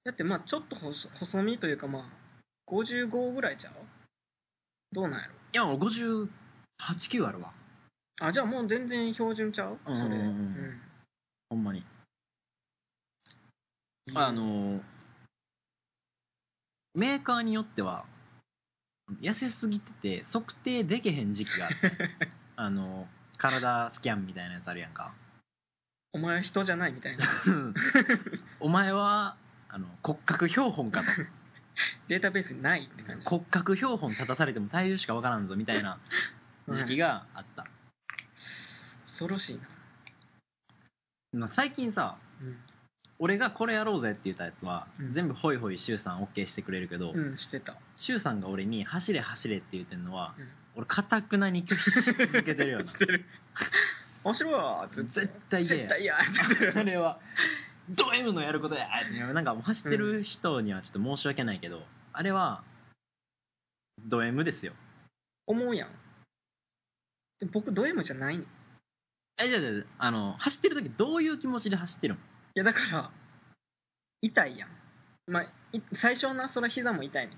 Speaker 2: だってまあちょっと細細身というかまあ55ぐらいちゃうどうなんやろ
Speaker 1: いや、俺58、9あるわ。
Speaker 2: あじゃあもう全然標準ちゃう
Speaker 1: うん
Speaker 2: それ
Speaker 1: うんほんまに。
Speaker 2: うん
Speaker 1: あのーメーカーによっては、痩せすぎてて、測定できへん時 期があって、あのー体スキャンみたいなやつあるやん か。
Speaker 2: お前は人じゃないみたいな
Speaker 1: お前は、あの、骨格標本かと。
Speaker 2: データベースにないって感じ
Speaker 1: 骨格標本立たされても体重しかわからんぞみたいな時期
Speaker 2: が
Speaker 1: があった。
Speaker 2: 恐ろしいな、
Speaker 1: まあ最近さ、俺がこれやろうぜって言ったやつは、
Speaker 2: うん
Speaker 1: 全部ホイホイシュウさん OK してくれるけど、
Speaker 2: うん、うん、してた
Speaker 1: シュウさんが俺に走れ走れって言ってんのは、
Speaker 2: うん
Speaker 1: 俺かたくなに拒否し続けてるよな
Speaker 2: してる 面白いわつって
Speaker 1: 絶対嫌や
Speaker 2: 絶対嫌つって
Speaker 1: あれはド M のやることやなんかもう走ってる人にはちょっと申し訳ないけど、あれはド M ですよ
Speaker 2: 思うやんでも僕ド M じゃないねんい
Speaker 1: えじゃあじゃああの走ってる時どういう気持ちで走ってるの
Speaker 2: やだから痛いやんまあい最初なそれは膝も痛いねん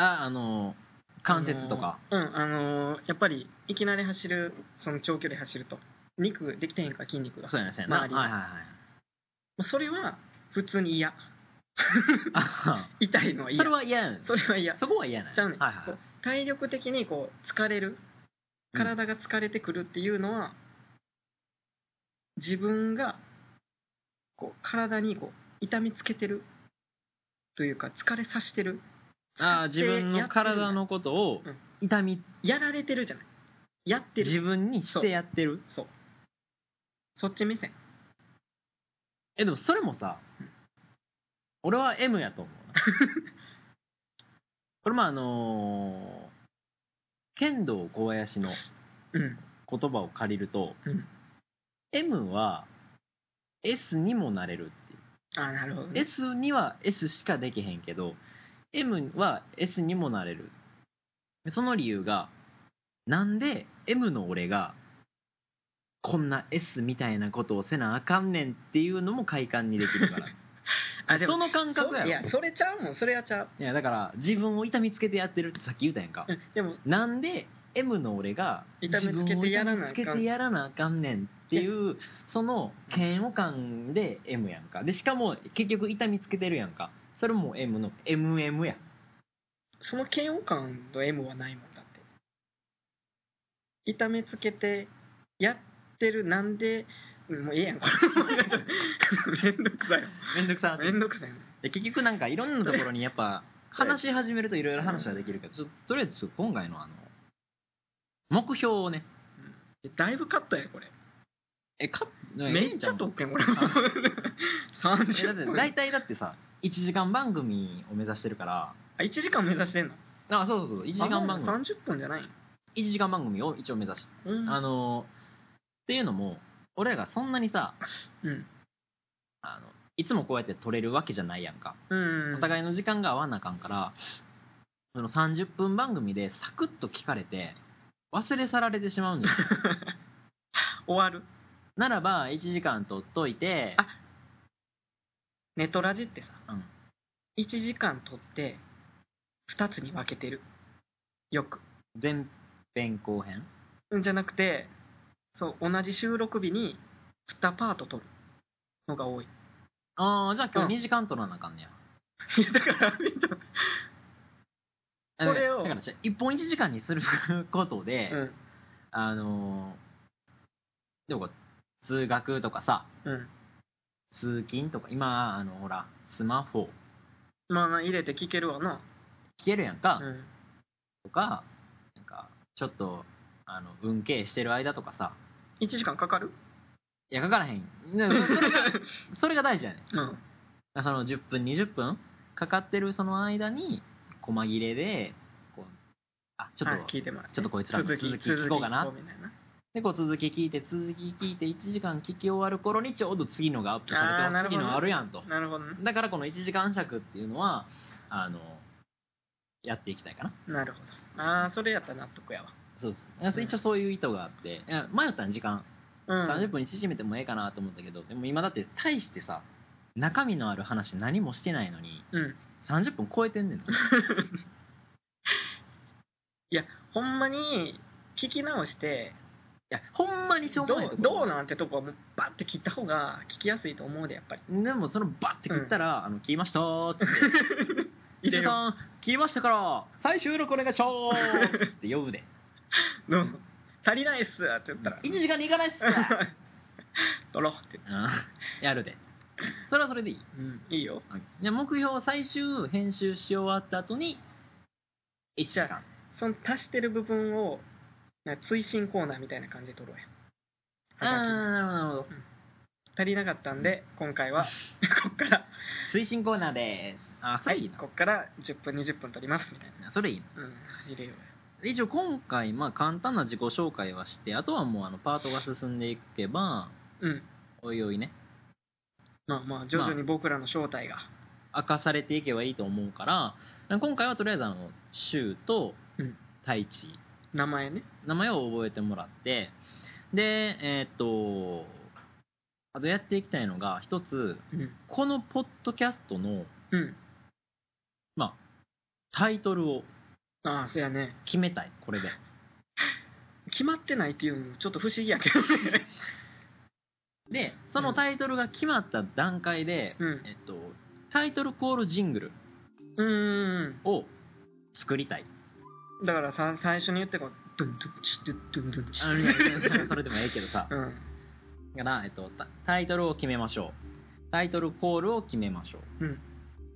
Speaker 1: ああの関節とか、
Speaker 2: あのーうんあのーやっぱりいきなり走るその長距離走ると肉できてへんから筋肉が
Speaker 1: そうやなそうやな、
Speaker 2: 周り
Speaker 1: はいはいはい
Speaker 2: まあそれは普通に嫌
Speaker 1: あはは
Speaker 2: 痛い のは嫌
Speaker 1: それは嫌やん
Speaker 2: それは嫌
Speaker 1: そこは嫌なんや
Speaker 2: ちゃうねん、
Speaker 1: はいはい
Speaker 2: こう体力的にこう疲れる
Speaker 1: うん
Speaker 2: 体が疲れてくるっていうのは、自分がこう体にこう痛みつけてるというか疲れさしてる
Speaker 1: あー自分の体のことを
Speaker 2: うん
Speaker 1: 痛み
Speaker 2: やられてるじゃないやってる
Speaker 1: 自分にしてやってる
Speaker 2: そうそっち目線
Speaker 1: えでもそれもさ
Speaker 2: うん
Speaker 1: 俺は M やと思 うなこれもあのー剣道小林の
Speaker 2: うん
Speaker 1: 言葉を借りると、
Speaker 2: うん
Speaker 1: M は S にもなれるっていう
Speaker 2: あなるほど、ね、
Speaker 1: S には S しかできへんけど M は S にもなれるその理由がなんで M の俺がこんな S みたいなことをせなあかんねんっていうのも快感にできるから
Speaker 2: あでも
Speaker 1: その感覚や
Speaker 2: そう
Speaker 1: ろ
Speaker 2: いやそれちゃうもんそれやちゃう、
Speaker 1: いやだから自分を痛みつけてやってるってさっき言ったやんか
Speaker 2: うん、でも
Speaker 1: なんで M の俺が
Speaker 2: 痛めつけてやらな
Speaker 1: 自分を痛め
Speaker 2: あかん
Speaker 1: つけてやらなあかんねんっていうその嫌悪感で M やんかでしかも結局痛みつけてるやんかそれも M の MM や
Speaker 2: その嫌悪感と M はないもんだって痛めつけてやってるなんでもうええやんこれ めんどくさいよ
Speaker 1: めんどくさ
Speaker 2: めんどくさいよ
Speaker 1: で結局なんかいろんなところにやっぱ話し始めるといろいろ話はできるけどちょっととりあえずちょっと今回のあの目標をね
Speaker 2: だいぶカットやこれ
Speaker 1: えか
Speaker 2: めっちゃ
Speaker 1: と
Speaker 2: とっけ んこれ
Speaker 1: え だっ
Speaker 2: 30
Speaker 1: て
Speaker 2: 分
Speaker 1: 大体だってさ1時間番組を目指してるから
Speaker 2: あ1時間目指してんの
Speaker 1: あそうそうそう1時間番組
Speaker 2: あ30分じゃないん
Speaker 1: 1時間番組を一応目指して
Speaker 2: うん
Speaker 1: あのーっていうのも俺らがそんなにさ
Speaker 2: うん
Speaker 1: あのいつもこうやって取れるわけじゃないやんか。
Speaker 2: うん
Speaker 1: お互
Speaker 2: い
Speaker 1: いの時間が合わなあかんから、その30分番組でサクッと聞かれて、忘れ去られてしまうんです よ。
Speaker 2: 終わる
Speaker 1: ならば、1時間取っといて、
Speaker 2: あネトラジってさ
Speaker 1: うん、
Speaker 2: 1時間取って2つに分けてるよく
Speaker 1: 前編後編
Speaker 2: うんじゃなくてそう同じ収録日に2パート取るのが多い
Speaker 1: ああ、じゃあ今
Speaker 2: うん
Speaker 1: 日2時間取らなあかんねや。
Speaker 2: いやだからみんなこれを
Speaker 1: だから、1本1時間にすることで、
Speaker 2: うん
Speaker 1: あのー、でもこう通学とかさ、
Speaker 2: うん
Speaker 1: 通勤とか、今、あの、ほら、スマホ、
Speaker 2: まあ入れて聞けるわな
Speaker 1: 聞けるやんか、
Speaker 2: うん
Speaker 1: とか、なんか、ちょっと、あの、運慶してる間とかさ、
Speaker 2: 1時間 かかる
Speaker 1: いや、かからへん。でもそれ が、それが大事やねん。
Speaker 2: うん
Speaker 1: その10分、20分かかってるその間に、細切れで、こう、あ、ちょ
Speaker 2: はい
Speaker 1: っと、
Speaker 2: 聞いてもらって
Speaker 1: ちょっとこいつらの
Speaker 2: 続き
Speaker 1: 続き聞こうかな
Speaker 2: 続き聞こみたいな
Speaker 1: で、こう続き聞いて、続き聞いて、1時間聞き終わる頃にちょうど次のがアップされ
Speaker 2: あー
Speaker 1: て
Speaker 2: な
Speaker 1: あ、
Speaker 2: るほ
Speaker 1: 次
Speaker 2: どね
Speaker 1: のあるやんと。
Speaker 2: なるほどね
Speaker 1: だからこの1時間尺っていうのは、あの、やっていきたいかな。
Speaker 2: なるほどああそれやったら納得やわ
Speaker 1: そうです。一応そういう意図があって、いや迷ったん時間、
Speaker 2: うん
Speaker 1: 30分に縮めてもええかなと思ったけど、でも今だって大してさ、中身のある話何もしてないのに、
Speaker 2: うん
Speaker 1: 30分超えてんねん。
Speaker 2: ほんまに聞き直して
Speaker 1: いや、ほんまにしょ
Speaker 2: ど
Speaker 1: うもないうとこ
Speaker 2: どうなんてとこはもうバッて切った方が聞きやすいと思うでやっぱり
Speaker 1: でも、そのバッて切ったら、あの、切りましたーっつって、
Speaker 2: 入れ
Speaker 1: 一
Speaker 2: よ
Speaker 1: さん、切りましたから、再収録お願いしま ーすって呼ぶで。
Speaker 2: うどうぞ足りないっすって言ったら
Speaker 1: 1時間に行かないっす
Speaker 2: 取ろうって
Speaker 1: うんやるで。それはそれでいい。
Speaker 2: うんいいよ
Speaker 1: で目標、最終編集し終わった後に、1時
Speaker 2: じ
Speaker 1: 間。
Speaker 2: その足してる部分をなんか追伸コーナーみたいな感じで取ろうや
Speaker 1: あー、
Speaker 2: はがき
Speaker 1: なるほどなるほど。
Speaker 2: 足りなかったんで今回は こっから
Speaker 1: 推進コーナーです。あ、そ
Speaker 2: は
Speaker 1: れいい
Speaker 2: い
Speaker 1: な。
Speaker 2: こっから10分20分取りますみたい
Speaker 1: それいいな。
Speaker 2: なうん入れようや
Speaker 1: 一応今回、まあ簡単な自己紹介はして、あとはもうあのパートが進んでいけば、
Speaker 2: うん
Speaker 1: おいおいね、
Speaker 2: まあまあ徐々に僕らの正体が、
Speaker 1: 明かされていけばいいと思うから、今回はとりあえずあの、シュウと
Speaker 2: うん、
Speaker 1: 太一、
Speaker 2: 名前ね
Speaker 1: 名前を覚えてもらって、で、えーっと、あとやっていきたいのが、一つ、
Speaker 2: うん
Speaker 1: このポッドキャストの
Speaker 2: うん
Speaker 1: タイトルを
Speaker 2: ああそうやね
Speaker 1: 決めたい、これで。
Speaker 2: 決まってないっていうのもちょっと不思議やけど ね
Speaker 1: で、そのタイトルが決まった段階で、
Speaker 2: うん
Speaker 1: えっと、タイトルコールジングル
Speaker 2: うーん
Speaker 1: を作りたい。
Speaker 2: だからさ最初に言ってこうドゥンドゥンチドゥンドゥンドゥンチ
Speaker 1: あのいやそ れそれでもええけどさ。
Speaker 2: うん
Speaker 1: だから、えっと、タタイトルを決めましょう。タイトルコールを決めましょう。
Speaker 2: うん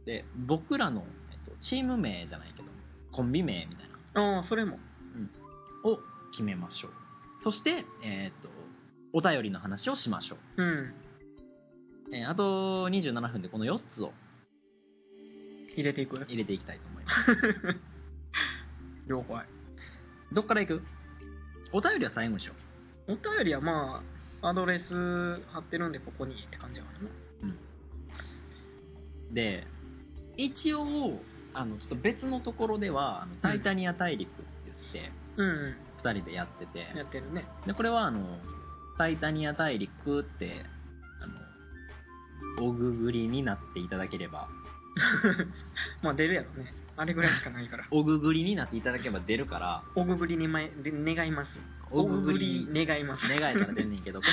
Speaker 1: で、僕らの、えっと、チーム名じゃないけど、コンビ名みたいな
Speaker 2: ああそれも
Speaker 1: を決めましょう。そして、えーっと、お便りの話をしましょう。
Speaker 2: うん
Speaker 1: えーあと27分でこの4つを
Speaker 2: 入れていく
Speaker 1: 入れていきたいと思います。
Speaker 2: 了解
Speaker 1: どっからいくお便りは最後にしよ
Speaker 2: お便りはまあアドレス貼ってるんでここにって感じやからな
Speaker 1: う。で、一応、あの、ちょっと別のところでは、あのタイタニア大陸って言って、
Speaker 2: うん、
Speaker 1: 二人でやってて
Speaker 2: うん、、やってるね
Speaker 1: で、これはあの、タイタニア大陸って、あの、おぐぐりになっていただければ、
Speaker 2: まあ出るやろねあれぐらいしかないから
Speaker 1: おぐぐりになっていただければ出るから、
Speaker 2: おぐぐりにまいで願います
Speaker 1: おぐぐり
Speaker 2: おぐぐり願います
Speaker 1: 願えたら出んねんけど、この、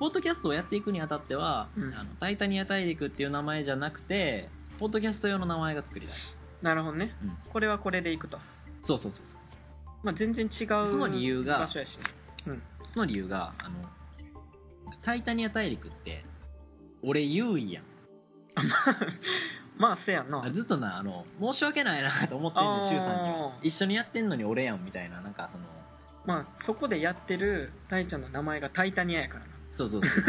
Speaker 1: ポッドキャストをやっていくにあたっては、
Speaker 2: うん
Speaker 1: あのタイタニア大陸っていう名前じゃなくて、ポッドキャスト用の名前が作りたい。
Speaker 2: なるほどね、
Speaker 1: うん
Speaker 2: これはこれでいくと
Speaker 1: そうそうそうそ
Speaker 2: まあ全然違う
Speaker 1: その理由が
Speaker 2: 場所やしね
Speaker 1: う。その理由が、あの、タイタニア大陸って、俺優位やん。
Speaker 2: まあせやんな
Speaker 1: ずっとな、あの、申し訳ないなと思ってん
Speaker 2: あー
Speaker 1: の、シュウさんには。一緒にやってんのに俺やんみたいな、なんかその、
Speaker 2: まあそこでやってるタイちゃんの名前がタイタニアやからな
Speaker 1: そうそう そう。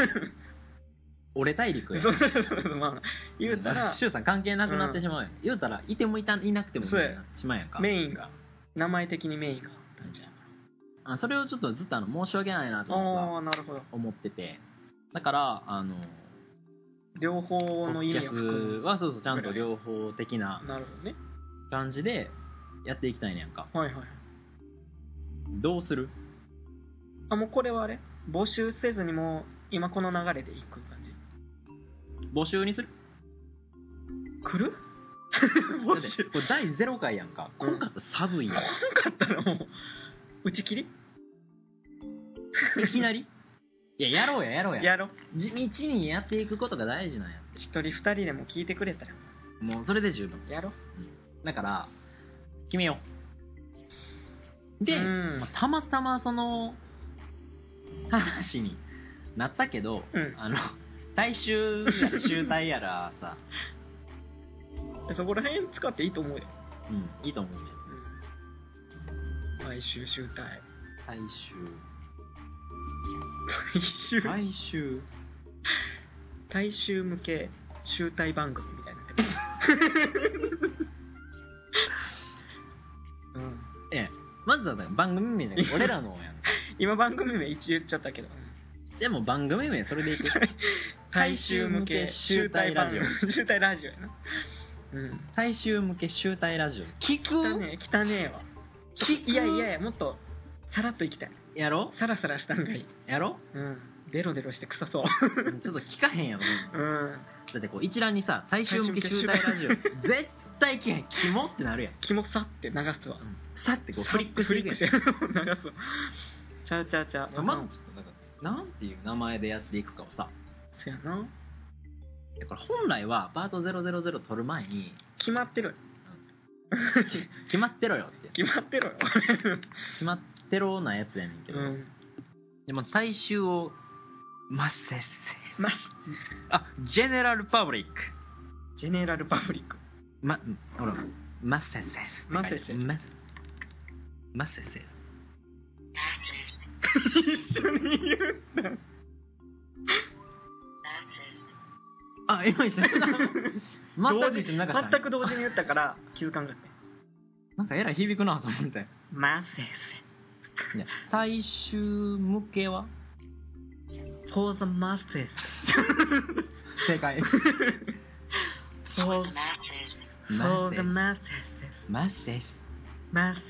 Speaker 1: 俺大陸やん
Speaker 2: そう。 そうそうそうまあ言うた
Speaker 1: だからシュウさん関係なくなってしまうやん。言うたら、いてもいた、いなくてもみたいになってしまうやんか。
Speaker 2: メインが名前的にメインがタイちゃんやか
Speaker 1: あそれをちょっとずっとあの申し訳ないなと
Speaker 2: ら
Speaker 1: 僕は
Speaker 2: ああなるほど
Speaker 1: 思っててだからあの
Speaker 2: 両方の意味を含む
Speaker 1: はそうそうちゃんと両方的な
Speaker 2: なるほどね
Speaker 1: 感じでやっていきたいねやんか
Speaker 2: はいはい
Speaker 1: どうする
Speaker 2: あもうこれはあれ募集せずにもう今この流れでいく感じ
Speaker 1: 募集にする
Speaker 2: 来る
Speaker 1: だ
Speaker 2: 募
Speaker 1: って
Speaker 2: 集
Speaker 1: これ第0回やんか
Speaker 2: うん
Speaker 1: 今回ったら寒いやん、
Speaker 2: 来なかったらもう打ち切り
Speaker 1: いきなり いややろうややろうや
Speaker 2: やろう
Speaker 1: 地道にやっていくことが大事なんやっ
Speaker 2: 一人二人でも聞いてくれたら
Speaker 1: てもうそれで十分
Speaker 2: やろう
Speaker 1: だから決めようで、
Speaker 2: うん
Speaker 1: まあたまたまその話になったけど
Speaker 2: うん
Speaker 1: あの大衆やら集大やらさ、
Speaker 2: そこら辺使っていいと思うよ、
Speaker 1: うん、いいと思うね
Speaker 2: うん、毎週集大
Speaker 1: 大衆
Speaker 2: 毎週
Speaker 1: 大衆
Speaker 2: 大衆向け集大番組みたい になってくるうん、
Speaker 1: ええまずはだから番組名じゃなくて俺らのやん か
Speaker 2: 今番組名一応言っちゃったけど
Speaker 1: でも番組名それ でいく大衆向け集大ラジオ
Speaker 2: オ 集大ラジオやなうん
Speaker 1: 大衆向け集大ラジオ聞
Speaker 2: 汚
Speaker 1: く
Speaker 2: ねえ汚ねえわ
Speaker 1: 聞く
Speaker 2: いやいやいやもっとさらっといきたい
Speaker 1: やろ
Speaker 2: さらさらしたんがいい
Speaker 1: や ろ
Speaker 2: うんデロデロして臭そう
Speaker 1: ちょっと聞かへんやろ
Speaker 2: うん
Speaker 1: だってこう一覧にさ大衆向け集大ラジオ絶対聞けへんキモってなるやん
Speaker 2: キモさって流すわ
Speaker 1: さってこうフリックし
Speaker 2: フ
Speaker 1: て
Speaker 2: リ
Speaker 1: い
Speaker 2: ッ
Speaker 1: く
Speaker 2: ク
Speaker 1: やん
Speaker 2: して 流すわちゃうちゃうちゃう
Speaker 1: まずちょっとなんかなんていう名前でやっていくかをさ
Speaker 2: そやな
Speaker 1: だから本来はパート000取る前に
Speaker 2: 決まってる
Speaker 1: 決まってろよって
Speaker 2: 決まってるよ
Speaker 1: 決まってろなやつやねんけど、
Speaker 2: うん
Speaker 1: でも大衆をマッセッセ
Speaker 2: ま
Speaker 1: あジェネラルパブリック
Speaker 2: ジェネラルパブリッ ク
Speaker 1: まうんほらマッセッセ
Speaker 2: マッセッセ
Speaker 1: マッセマッセッセ
Speaker 2: 一緒に言うんだ
Speaker 1: あ今 一緒に全く一緒になんか
Speaker 2: 全く同時に言ったから気づかんかった
Speaker 1: なんかえらい響くなと思って
Speaker 2: マセ
Speaker 1: ね大衆向けは
Speaker 2: ス for the masses
Speaker 1: 正 解
Speaker 2: for the for the
Speaker 1: マ
Speaker 2: masses
Speaker 1: ッセス
Speaker 2: masses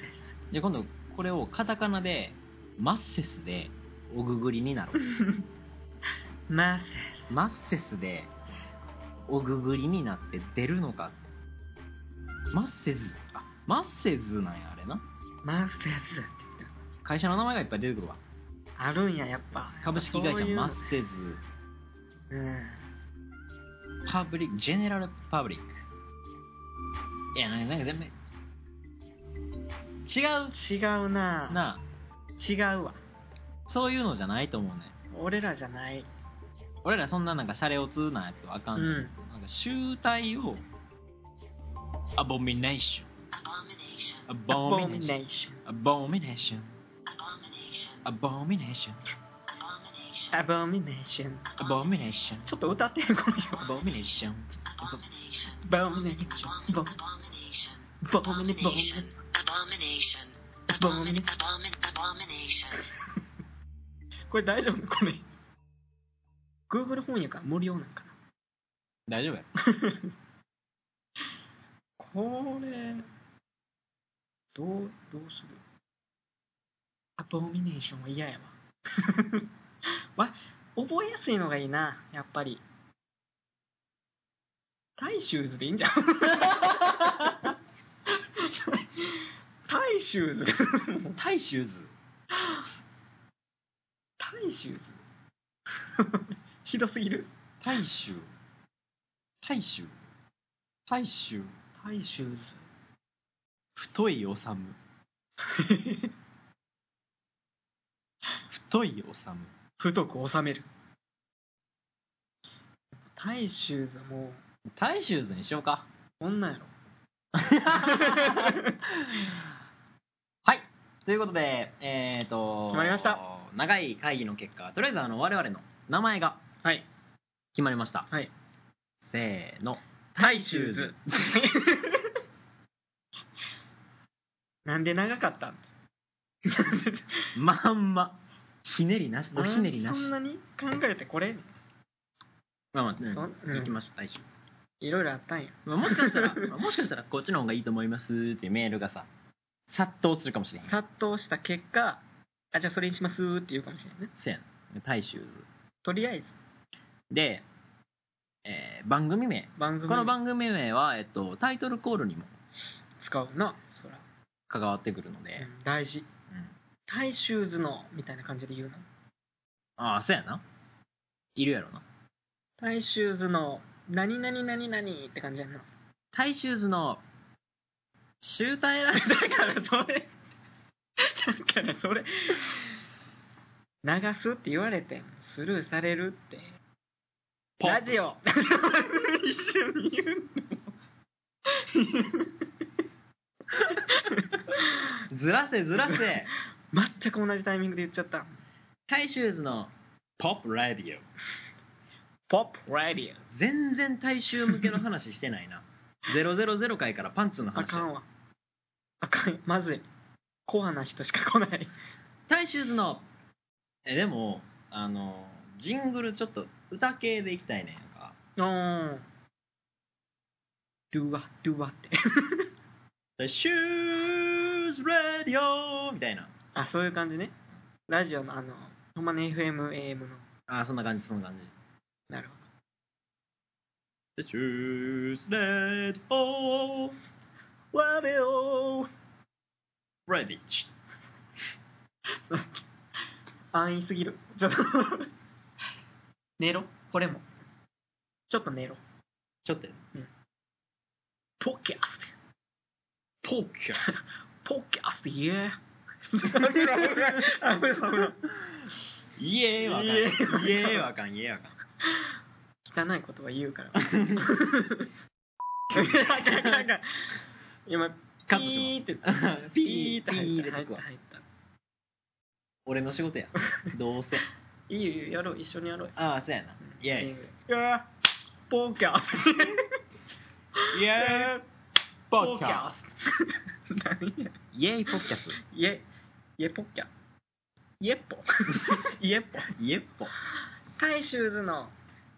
Speaker 1: で今度これをカタカナでマッセスでおぐぐりになろ
Speaker 2: masses
Speaker 1: うマッセスでおぐぐりになって出るのかマッセズあマッセズなんやあれな
Speaker 2: masses って言っ
Speaker 1: 会社の名前がいっぱい出てくるわ
Speaker 2: たあるんややっぱ
Speaker 1: 株式会
Speaker 2: そう
Speaker 1: 社
Speaker 2: いうの
Speaker 1: マッセズ
Speaker 2: うん
Speaker 1: パブリックジェネラルパブリックいやなんかなんか全部違う
Speaker 2: 違うな
Speaker 1: なあ
Speaker 2: 違うわ
Speaker 1: そういうのじゃないと思うね
Speaker 2: 俺らじゃない
Speaker 1: 俺らそんななんかシャレオツなやつわか
Speaker 2: うん
Speaker 1: ない、
Speaker 2: ん
Speaker 1: なんか集大をアボミネーションアボミネーション
Speaker 2: abomination
Speaker 1: アボミネーションアボミネーション
Speaker 2: abomination
Speaker 1: アボミネーション
Speaker 2: ちょっと歌ってるこの人
Speaker 1: アボミネーション
Speaker 2: abomination Bo- abomination abomination これ大丈夫これ Google 翻訳は無料なんかな
Speaker 1: 大 丈夫や
Speaker 2: これどうどうするアボミネーションは嫌やわ わ覚えやすいのがいいなやっぱり大衆図でいいんじゃ ん大衆図
Speaker 1: 大衆図
Speaker 2: 大衆図 ひどすぎる
Speaker 1: 大衆大衆大衆
Speaker 2: 大衆図
Speaker 1: 太いおさむ太いおさむ
Speaker 2: 太く収める大衆図も
Speaker 1: 大衆図にしよう か
Speaker 2: うこんなんやろ
Speaker 1: はい。ということで、えっ、と、
Speaker 2: 決まりました。
Speaker 1: 長い会議の結果、とりあえずあの我々の名前が
Speaker 2: はい
Speaker 1: 決まりました。
Speaker 2: はい。
Speaker 1: せーの。
Speaker 2: 大衆図 なんで長かったん
Speaker 1: まんま。ひねりなし、おひねりなし
Speaker 2: そ。んなに考えてこれ
Speaker 1: まあまあ、ね
Speaker 2: そうん
Speaker 1: 行きましょう、来週。
Speaker 2: いろいろあったんや。
Speaker 1: まあもしかしたら、まあもしかしたらこっちの方がいいと思いますっていうメールがさ、殺到するかもしれへん。
Speaker 2: 殺到した結果、あ、じゃあそれにしますって言うかもしれんね。
Speaker 1: せやな。大衆図。
Speaker 2: とりあえず、
Speaker 1: で、えー番組名。
Speaker 2: 番組
Speaker 1: この番組名は、えっと、タイトルコールにも
Speaker 2: 使うな、そら。
Speaker 1: 関わってくるので、
Speaker 2: うん大事。
Speaker 1: うん
Speaker 2: 大衆図の、みたいな感じで言うな。
Speaker 1: ああ、そうやな。いるやろな。
Speaker 2: 大衆図の、何々何々って感じやんな。
Speaker 1: 大衆図の、集大ライブだからそれ、
Speaker 2: だからそれ、流すって言われて、スルーされるって。
Speaker 1: ポン
Speaker 2: ラジオ一緒に言うの。
Speaker 1: ずらせずらせ、
Speaker 2: 全く同じタイミングで言っちゃった。
Speaker 1: 大衆図の、ポップラディオ。
Speaker 2: ポップラディオ。
Speaker 1: 全然大衆向けの話してないな。000回からパンツの
Speaker 2: あ
Speaker 1: 話
Speaker 2: か。んわ。あかんよまずい。コアな人しか来ない。
Speaker 1: 大衆図の、え、でも、あの、ジングルちょっと歌系でいきたいねんか。
Speaker 2: おー。ドゥワ、ドゥワって。
Speaker 1: 大衆ズラディオみたいな。
Speaker 2: あ、そういう感じね。ラジオのあの、ほんまに FM、AM の。
Speaker 1: ああ、そんな感じ、そんな感じ。
Speaker 2: なるほど。
Speaker 1: The shoes that all
Speaker 2: ワレオ
Speaker 1: rabbit.
Speaker 2: 安易すぎる。ちょっと。 寝ろ。これも。ちょっと寝ろ。
Speaker 1: ちょっと、
Speaker 2: ポッキャス
Speaker 1: ポッキャ。
Speaker 2: ト。ポッキャスト、イエー。
Speaker 1: 危ない危ない
Speaker 2: 危ない危ない
Speaker 1: イエーわかん。イ
Speaker 2: イエーわかん
Speaker 1: エーわかん、イエーわかん。
Speaker 2: 汚い言葉言う から。あかんあかんあかん今、
Speaker 1: カット
Speaker 2: ピ
Speaker 1: し
Speaker 2: ーって、
Speaker 1: まう。
Speaker 2: ピー
Speaker 1: ピ
Speaker 2: っ
Speaker 1: ー、
Speaker 2: て
Speaker 1: ピー
Speaker 2: 入っ
Speaker 1: で
Speaker 2: た。入
Speaker 1: 書く
Speaker 2: った、
Speaker 1: わ。
Speaker 2: 入った。
Speaker 1: 俺の仕 事や。どうせ。
Speaker 2: いいよいいよ、やろう、一緒にやろう。
Speaker 1: ああ、そうやな。イエーイ。
Speaker 2: イエー。ポッキャス
Speaker 1: イ
Speaker 2: ト。
Speaker 1: エーイ、ポッキャ
Speaker 2: ャ
Speaker 1: ス。
Speaker 2: スト。何 や。
Speaker 1: イエーイ、ポッキャス。
Speaker 2: イエ、イエポッキャ。イ エッポ。イエッポ。
Speaker 1: イエッポ。
Speaker 2: タイシューズの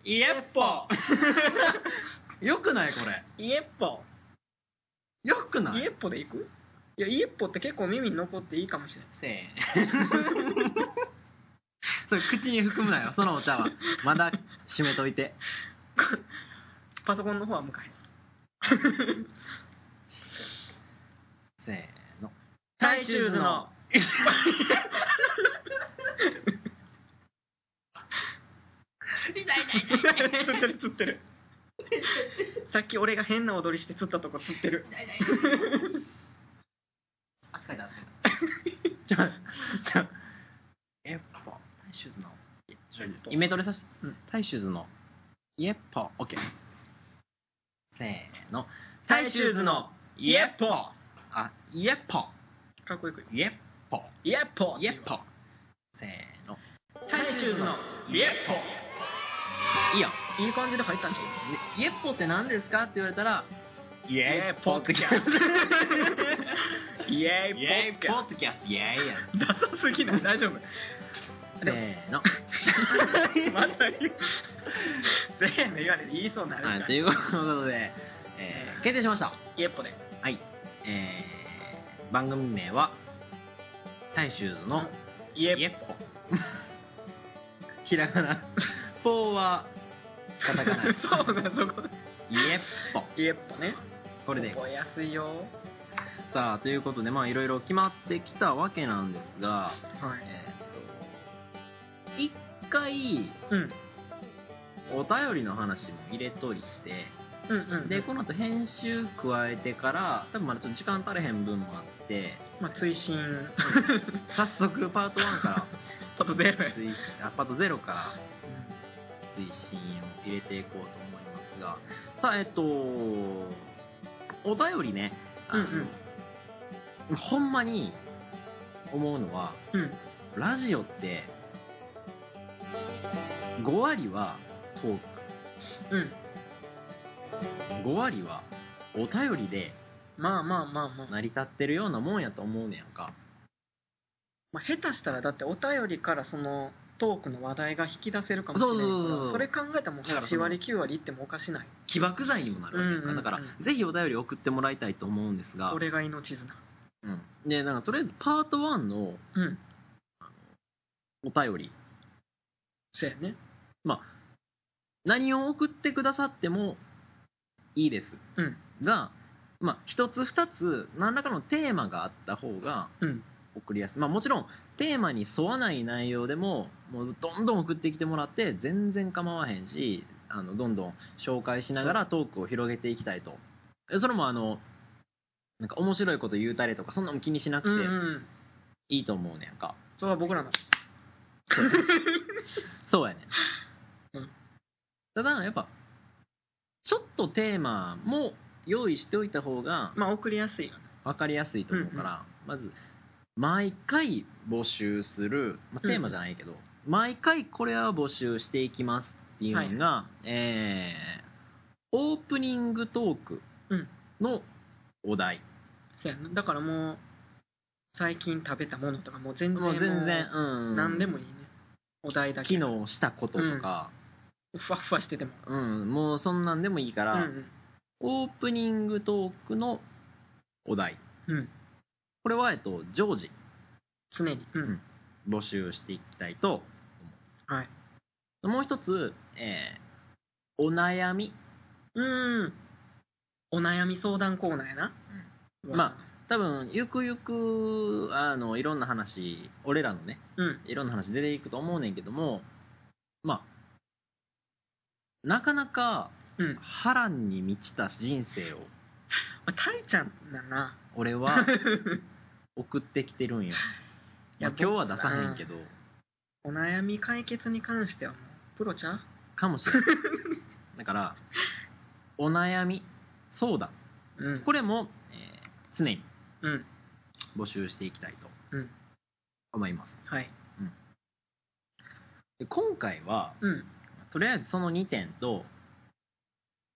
Speaker 1: イエッポよくないこれ。
Speaker 2: イエッポ。
Speaker 1: よくな
Speaker 2: イエ
Speaker 1: い
Speaker 2: ッポで行くいや、イエッポって結構耳に残っていいかもしれない。
Speaker 1: せー それ口に含むなよ、そのお茶は。まだ閉めといて。
Speaker 2: パソコンの方は向かい。
Speaker 1: せーの。
Speaker 2: タイシューズの。
Speaker 1: 痛い痛い
Speaker 2: 釣ってる釣ってるさっき俺が変な踊りして釣ったとこ釣ってる
Speaker 1: 汗かいた汗かいた。ちょ、ちょ、エッポ。タイシューズの。イメトレさせ、うん、タイシューズの。イエッポ。オッケー。せーの。タイシューズの。イエッポ。あ、イエッポ。
Speaker 2: かっこよく
Speaker 1: イエッポ。
Speaker 2: イエッポ
Speaker 1: イエッポ。せーの。
Speaker 2: タイシューズの
Speaker 1: イエッポ。いいよ。
Speaker 2: いい感じで入ったんじゃ
Speaker 1: ねイエッポって何ですかって言われたら、イ
Speaker 2: エッポって
Speaker 1: キャスト。
Speaker 2: んイエ
Speaker 1: イエ
Speaker 2: ーイ
Speaker 1: ーイ
Speaker 2: ポッ
Speaker 1: ポ
Speaker 2: カ
Speaker 1: ッドキャスト。イエーイやん。
Speaker 2: ダサすぎない大丈夫
Speaker 1: せーの。
Speaker 2: まだ言うせーの言われて言いそうになるか
Speaker 1: はい、
Speaker 2: ら
Speaker 1: ということで、えー決定しました。
Speaker 2: イエッポで
Speaker 1: はい。えー、番組名は、大衆図の
Speaker 2: イエ
Speaker 1: イエ
Speaker 2: ッ
Speaker 1: ッポ。ひらがな。ポーは、カタカナ。イエ
Speaker 2: ポそうだそ
Speaker 1: ッ
Speaker 2: こ
Speaker 1: ポ。
Speaker 2: イエッポね
Speaker 1: これで。
Speaker 2: 覚えやすいよ
Speaker 1: さあ、ということで、まあ、いろいろ決まってきたわけなんですが、
Speaker 2: はい
Speaker 1: えーっと、一回、
Speaker 2: うん
Speaker 1: お便りの話も入れといて、
Speaker 2: うんうん
Speaker 1: で、この後編集加えてから、多分まだちょっと時間足れへん分もあって、
Speaker 2: まあ追伸
Speaker 1: 早速パート1から
Speaker 2: あとゼロや
Speaker 1: 推進、あパート0から推進を入れていこうと思いますが、さあ、えっと、お便りね、あの
Speaker 2: うん
Speaker 1: ほんまに思うのは、
Speaker 2: うんうん
Speaker 1: ラジオって、5割はトーク、
Speaker 2: うん
Speaker 1: 5割はお便りで
Speaker 2: まあまあまあまあ
Speaker 1: 成り立ってるようなもんやと思うねやんか。
Speaker 2: まあ、下手したらだってお便りからそのトークの話題が引き出せるかもしれ
Speaker 1: そ
Speaker 2: な
Speaker 1: う
Speaker 2: い
Speaker 1: そうそうそう
Speaker 2: からそれ考えたらもう
Speaker 1: だからそ
Speaker 2: 8
Speaker 1: の
Speaker 2: 割9割いってもおかしない
Speaker 1: 起爆剤にもなるわけやんか、
Speaker 2: うんうんう
Speaker 1: だ
Speaker 2: ん
Speaker 1: からぜひお便り送ってもらいたいと思うんですが、
Speaker 2: 俺が命綱
Speaker 1: うん、でなんかとりあえずパート1の
Speaker 2: うん
Speaker 1: お便り
Speaker 2: そうやね
Speaker 1: 何を送ってくださってもいいです、
Speaker 2: うん
Speaker 1: が、まあ、一つ二つ何らかのテーマがあった方が
Speaker 2: うん
Speaker 1: 送りやすい、まあ、もちろんテーマに沿わない内容でももうどんどん送ってきてもらって全然構わへんしあのどんどん紹介しながらトークを広げていきたいとえそれもあのなんか面白いこと言うたりとかそんなの気にしな
Speaker 2: うんう
Speaker 1: く
Speaker 2: ん
Speaker 1: ていいと思うねんか、
Speaker 2: それは僕らの
Speaker 1: そうやねそうやね、
Speaker 2: うん
Speaker 1: ただやっぱちょっとテーマも用意しておいた方が
Speaker 2: まあ送りやすいよね
Speaker 1: 分かりやすいと思うから、まず毎回募集する、まあ、テーマじゃないけど、毎回これは募集していきますっていうのが、えーオープニングトークのお題、
Speaker 2: そうやねだからもう最近食べたものとかもう全然
Speaker 1: もう全然
Speaker 2: も
Speaker 1: う
Speaker 2: うん何でもいいねお題だけ
Speaker 1: 機能したこととか、
Speaker 2: ふわふわしてても
Speaker 1: うんもうそんなんでもいいか
Speaker 2: う
Speaker 1: ら、
Speaker 2: ん
Speaker 1: オープニングトークのお題。
Speaker 2: うんうん
Speaker 1: これは、えっと、常時
Speaker 2: 常にうん、
Speaker 1: うん募集していきたいと
Speaker 2: はい
Speaker 1: 思う。もう一つ、えー、お悩み。
Speaker 2: うんお悩み相談コーナーやな、
Speaker 1: うんま多分、ゆくゆく、あの、いろんな話、俺らのね、
Speaker 2: あうん
Speaker 1: いろんな話出ていくと思うねんけども、まあ、なかなか
Speaker 2: うんま
Speaker 1: 波乱に満ちた人生を、
Speaker 2: あタリちゃんだな
Speaker 1: 俺 は送ってきてるんよ。
Speaker 2: いや
Speaker 1: まあ、今日は出さへんけど、
Speaker 2: お悩み解決に関してはもうプロちゃう
Speaker 1: かもし れないだからお悩み相談
Speaker 2: うん
Speaker 1: これも、えー常に
Speaker 2: うん
Speaker 1: 募集していきたいと
Speaker 2: うん
Speaker 1: 思います、
Speaker 2: はい
Speaker 1: で今回は
Speaker 2: うん
Speaker 1: とりあえずその2点と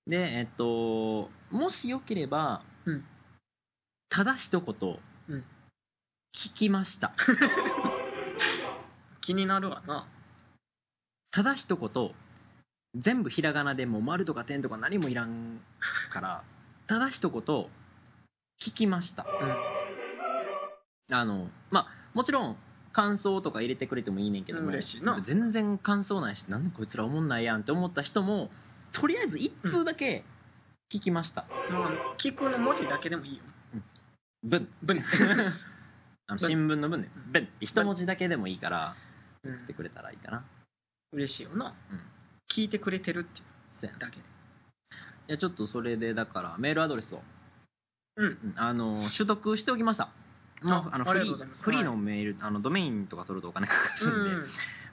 Speaker 1: でえっともしよければ、
Speaker 2: うん
Speaker 1: ただ一言、
Speaker 2: うん
Speaker 1: 聞きま した
Speaker 2: 気になるわな
Speaker 1: ただ一言全部ひらがなでもう丸とか点とか何もいらんからただ一言聞きましたあの、まあ、もちろん、感想とか入れてくれてもいいねんけども、
Speaker 2: 嬉しいな
Speaker 1: 全然感想ないし、なんでこいつらおもんないやんって思った人も、とりあえず1通だけ聞きました。
Speaker 2: うんまあ聞くの文字だけでもいいよ
Speaker 1: ブン。
Speaker 2: 文
Speaker 1: あの新聞の文ね。ブンって一文字だけでもいいから、
Speaker 2: う
Speaker 1: 言って
Speaker 2: ん
Speaker 1: くれたらいいかな。
Speaker 2: 嬉しいよな
Speaker 1: うん
Speaker 2: 聞いてくれてるってい
Speaker 1: そうや
Speaker 2: う
Speaker 1: な。い
Speaker 2: だけで
Speaker 1: や、ちょっとそれで、だから、メールアドレスを、
Speaker 2: うん
Speaker 1: うんあの、取得しておきました。もう
Speaker 2: あ
Speaker 1: あの
Speaker 2: あ
Speaker 1: フ
Speaker 2: りが
Speaker 1: リ
Speaker 2: とうござい
Speaker 1: ー
Speaker 2: ます
Speaker 1: フリーのメール、あのドメインとか取るとお金かか
Speaker 2: う
Speaker 1: るん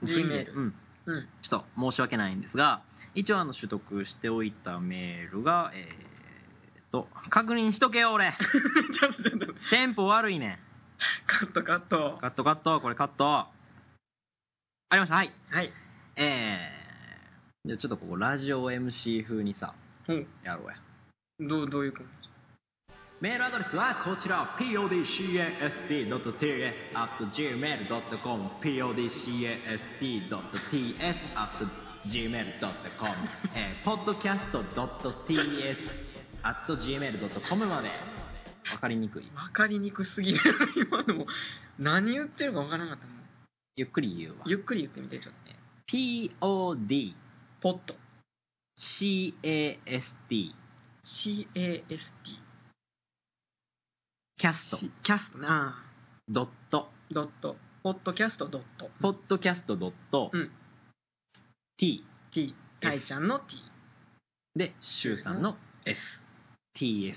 Speaker 1: で、
Speaker 2: ん Gmail
Speaker 1: うん、
Speaker 2: うん
Speaker 1: ちょっと申し訳ないんですが一応あの取得しておいたメールがえーっと確認しとけよ 俺
Speaker 2: ちょっとちょっと
Speaker 1: テンポ悪いね
Speaker 2: カットカット
Speaker 1: んカットカットこれカットありましたはい
Speaker 2: はい
Speaker 1: えー、じゃあちょっとここラジオ MC 風にさ
Speaker 2: うん
Speaker 1: やろうや
Speaker 2: どうどういうこと
Speaker 1: メールアドレスはこちら podcast.ts.gmail.com podcast.ts.gmail.com えー podcast.ts.gmail.com までわかりにくい
Speaker 2: わかりにくすぎる 今のも何言ってるかわからなかったもん
Speaker 1: ゆっくり言うわ
Speaker 2: ゆっくり言ってみてちょっ
Speaker 1: podcast
Speaker 2: とポット CAST
Speaker 1: キャスト
Speaker 2: キャストねああ
Speaker 1: ドット
Speaker 2: ドットポッドキャストドット
Speaker 1: ポッドキャストドット
Speaker 2: うん
Speaker 1: t
Speaker 2: T たいちゃんの T
Speaker 1: で、シュウさんの STS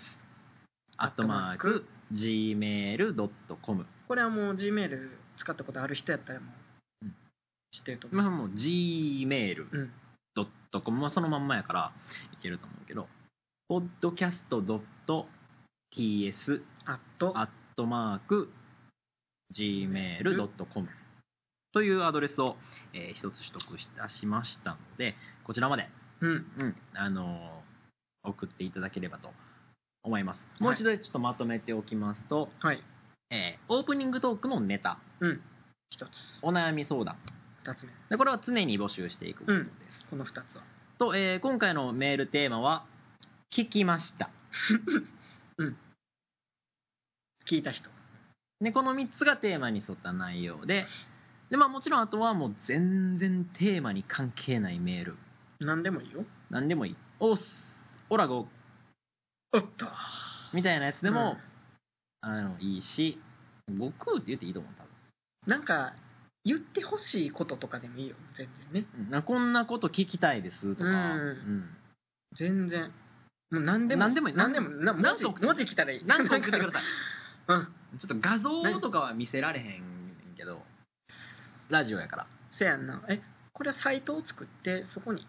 Speaker 1: アットマーク Gmail.com
Speaker 2: これはもう Gmail 使ったことある人やったらもう
Speaker 1: うん
Speaker 2: 知ってると思う、
Speaker 1: まあもう Gmail.com
Speaker 2: うん
Speaker 1: まあそのまんまやからいけると思うけど podcast.ts
Speaker 2: あっと
Speaker 1: アットマーク Gmail.com というアドレスを、えー一つ取得いたしましたのでこちらまで
Speaker 2: うん
Speaker 1: うん、あのー送っていただければと思います。もう一度ちょっとまとめておきますと、
Speaker 2: はい
Speaker 1: えーオープニングトークのネタ、
Speaker 2: うん一つ
Speaker 1: お悩み相談、
Speaker 2: 2つ目
Speaker 1: でこれは常に募集していくことです、
Speaker 2: この2つは
Speaker 1: と、えー今回のメールテーマは「聞きました
Speaker 2: 聞いた人」
Speaker 1: でこの3つがテーマに沿った内容でで、まあ、もちろんあとはもう全然テーマに関係ないメール
Speaker 2: 何でもいいよ
Speaker 1: 何でもいい「オースオラゴ
Speaker 2: おっと」
Speaker 1: みたいなやつでも、あのいいし「悟空」って言っていいと思う多分
Speaker 2: なんか言ってほしいこととかでもいいよ全然ね
Speaker 1: うん、こんなこと聞きたいですとか、
Speaker 2: うん
Speaker 1: うん
Speaker 2: 全然もう何でも
Speaker 1: 何でもいい
Speaker 2: 何でもな文字
Speaker 1: 何個送って
Speaker 2: 文字来たらいい
Speaker 1: 何個送ってください
Speaker 2: うん
Speaker 1: ちょっと画像とかは見せられへんけどラジオやから
Speaker 2: せやんなえこれはサイトを作ってそこに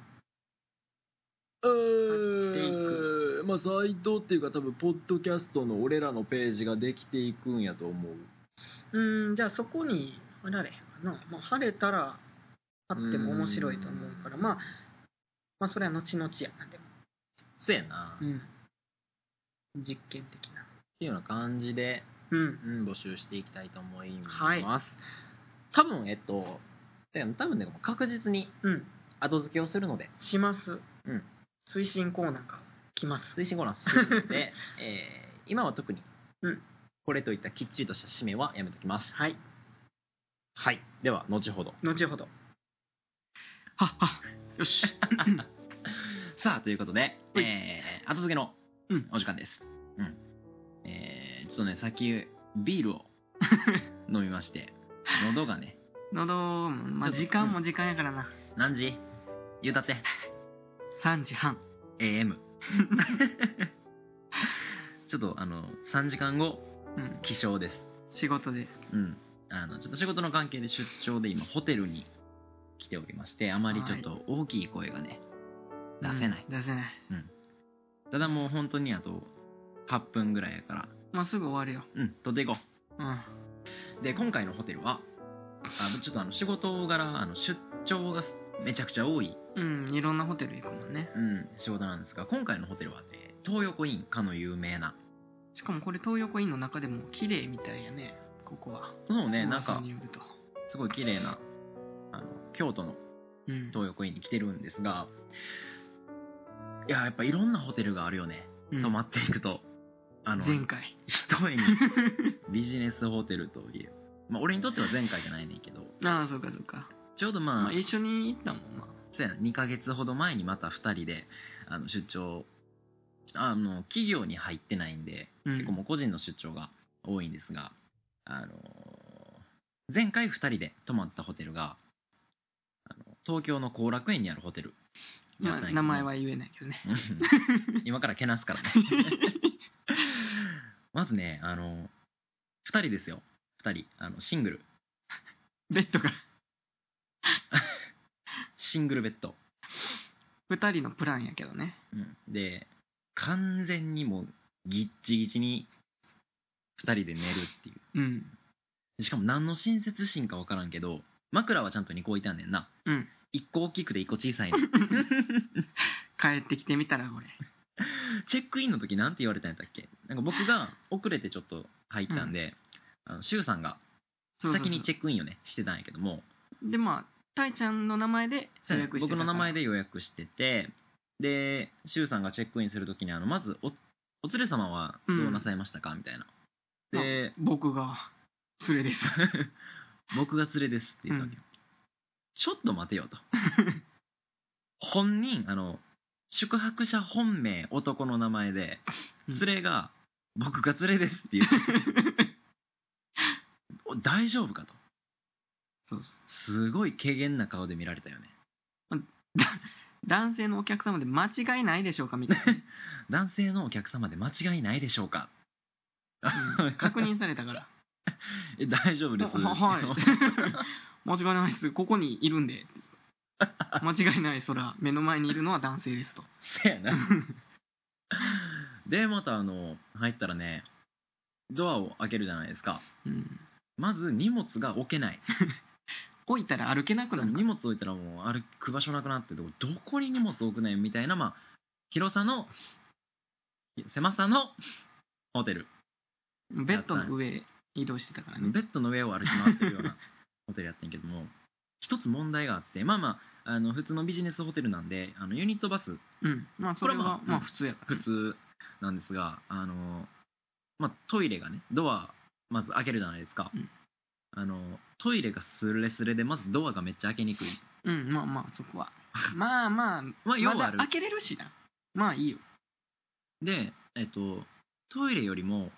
Speaker 1: う
Speaker 2: ー
Speaker 1: まあサイトっていうか多分ポッドキャストの俺らのページができていくんやと思う
Speaker 2: うーんじゃあそこに貼られへんかな、まあ、貼れたら貼っても面白いと思うから
Speaker 1: うん
Speaker 2: まあまあそれは後々やなでも、
Speaker 1: そうやな、っ
Speaker 2: うん、実験的な
Speaker 1: ていうような感じで、
Speaker 2: うん
Speaker 1: うん、募集していきたいと思います、
Speaker 2: はい
Speaker 1: 多分えっとそうやな多分ね確実に
Speaker 2: うん
Speaker 1: 後付けをするので
Speaker 2: します、
Speaker 1: うん、
Speaker 2: 推進コーナーが来ます
Speaker 1: 推進コーナーするの で、えー今は特に、
Speaker 2: うん
Speaker 1: これといったきっちりとした締めはやめときます
Speaker 2: はい
Speaker 1: はいでは後ほど
Speaker 2: 後ほど
Speaker 1: はっはよし さあということで、えー、後付けの、うん、お時間です、うんえー、ちょっとねさっきビー ルを飲みまして喉がね
Speaker 2: 喉ま
Speaker 1: あ時間も
Speaker 2: 時間やからな、
Speaker 1: 何時言うたって
Speaker 2: 3時半
Speaker 1: AM ちょっとあの3時間後
Speaker 2: うん
Speaker 1: 起床です
Speaker 2: 仕事で
Speaker 1: うん、あのちょっと仕事の関係で出張で今ホテルに来ておりましてあまりちょっと大きい声がね、出せない、
Speaker 2: 出せない
Speaker 1: ただもう本当にあと8分ぐらいやから
Speaker 2: まあすぐ終わるよ
Speaker 1: うん取っていこ
Speaker 2: うん
Speaker 1: うで今回のホテルはあちょっとあの仕事柄あの出張がめちゃくちゃ多い、
Speaker 2: うん、いろんなホテル行くもんね。
Speaker 1: うん、仕事なんですが今回のホテルは、ね、東横インかの有名な
Speaker 2: しかもこれ東横インの中でも綺麗みたいやね、ここは。
Speaker 1: そうねなん
Speaker 2: 噂
Speaker 1: か
Speaker 2: によると。
Speaker 1: すごい綺麗なあの京都の
Speaker 2: うん。
Speaker 1: 東横インに来てるんですがいややっぱいろんなホテルがあるよね
Speaker 2: うん
Speaker 1: 泊まっていくと、あの、
Speaker 2: 前回。
Speaker 1: 一重にビジネスホテルといえ、まあ、俺にとっては前回じゃないねんけど、
Speaker 2: ああ、そうかそうか。
Speaker 1: ちょうどま
Speaker 2: ま
Speaker 1: あ
Speaker 2: あ、、一緒に行ったもんな。
Speaker 1: そうやな、2ヶ月ほど前にまた2人で、あの、出張、あの、企業に入ってないんで、
Speaker 2: うん
Speaker 1: 結構もう個人の出張が多いんですが、あの、前回2人で泊まったホテルが、あの東京の後楽園にあるホテルやったんや
Speaker 2: ま
Speaker 1: け
Speaker 2: あ、
Speaker 1: ど。
Speaker 2: 名前は言えないけどね。
Speaker 1: うん 今からけなすから ねまずねあの2人ですよ2人あのシングル
Speaker 2: ベッドが
Speaker 1: シングルベッド、
Speaker 2: 2人のプランやけどね。
Speaker 1: うんで完全にもうギッチギチに2人で寝るってい
Speaker 2: うん。
Speaker 1: うしかも何の親切心か分からんけど枕はちゃんと2個置いたんねんな、
Speaker 2: うん
Speaker 1: 1個大きくて1個小さいの
Speaker 2: 帰ってきてみたら、これ。
Speaker 1: チェックインの時なんて言われたんやったっけなんか僕が遅れてちょっと入ったんで、あのシュウさんが先にチ
Speaker 2: ェッ
Speaker 1: ェックインをねしてたんやけども
Speaker 2: ク。で、まあ、たいちゃんの名前で
Speaker 1: そうやね
Speaker 2: 予約して
Speaker 1: 僕
Speaker 2: た
Speaker 1: の
Speaker 2: から
Speaker 1: 名前で。予約しててで周さんがチェックインするときにあのまずお「お連れ様はどうなさいましたか?」みたいなで
Speaker 2: 僕が、連れ です。
Speaker 1: 「僕が連れです」って言ったわけよ、ちょっと待てよと 本人あの宿泊者本名男の名前で
Speaker 2: うん
Speaker 1: 連れが「僕が連れです」って言う お大丈夫かと
Speaker 2: そうそう。
Speaker 1: すごい軽減な顔で見られたよね
Speaker 2: 男性のお客様で間違いないでしょうかみたいなね。
Speaker 1: 男性のお客様で間違いないでしょうか、
Speaker 2: うん確認されたから。
Speaker 1: え大丈夫です
Speaker 2: ははい 間違いないですここにいるんで間違いないそら目の前にいるのは男性ですと
Speaker 1: せや なでまたあの入ったらねドアを開けるじゃないですか
Speaker 2: うん
Speaker 1: まず荷物が置けない
Speaker 2: 置いたら歩け なくなるか
Speaker 1: 荷物置いたらもう歩く場所なくなってどこに荷物置くねんみたいなまあ広さの狭さのホテル
Speaker 2: らベッドの上移動してたから ね
Speaker 1: ベッドの上を歩き回ってるようなホテルやってんけども一つ問題があってまあまああの普通のビジネスホテルなんであのユニットバス
Speaker 2: うん。まあ、それ
Speaker 1: これ
Speaker 2: は
Speaker 1: は、まあ
Speaker 2: まあ、
Speaker 1: うん
Speaker 2: 普通やから。
Speaker 1: 普通なんですがあの、まあ、トイレがねドアまず開けるじゃないですか、
Speaker 2: うん
Speaker 1: あのトイレがスレスレでまずドアがめっちゃ開けにくい
Speaker 2: うん、まあまあ、そこは。まあまあ、
Speaker 1: まあ要はあ
Speaker 2: ま
Speaker 1: る
Speaker 2: だ開けれるしな。まあいいよ。
Speaker 1: でえっとトイレよりも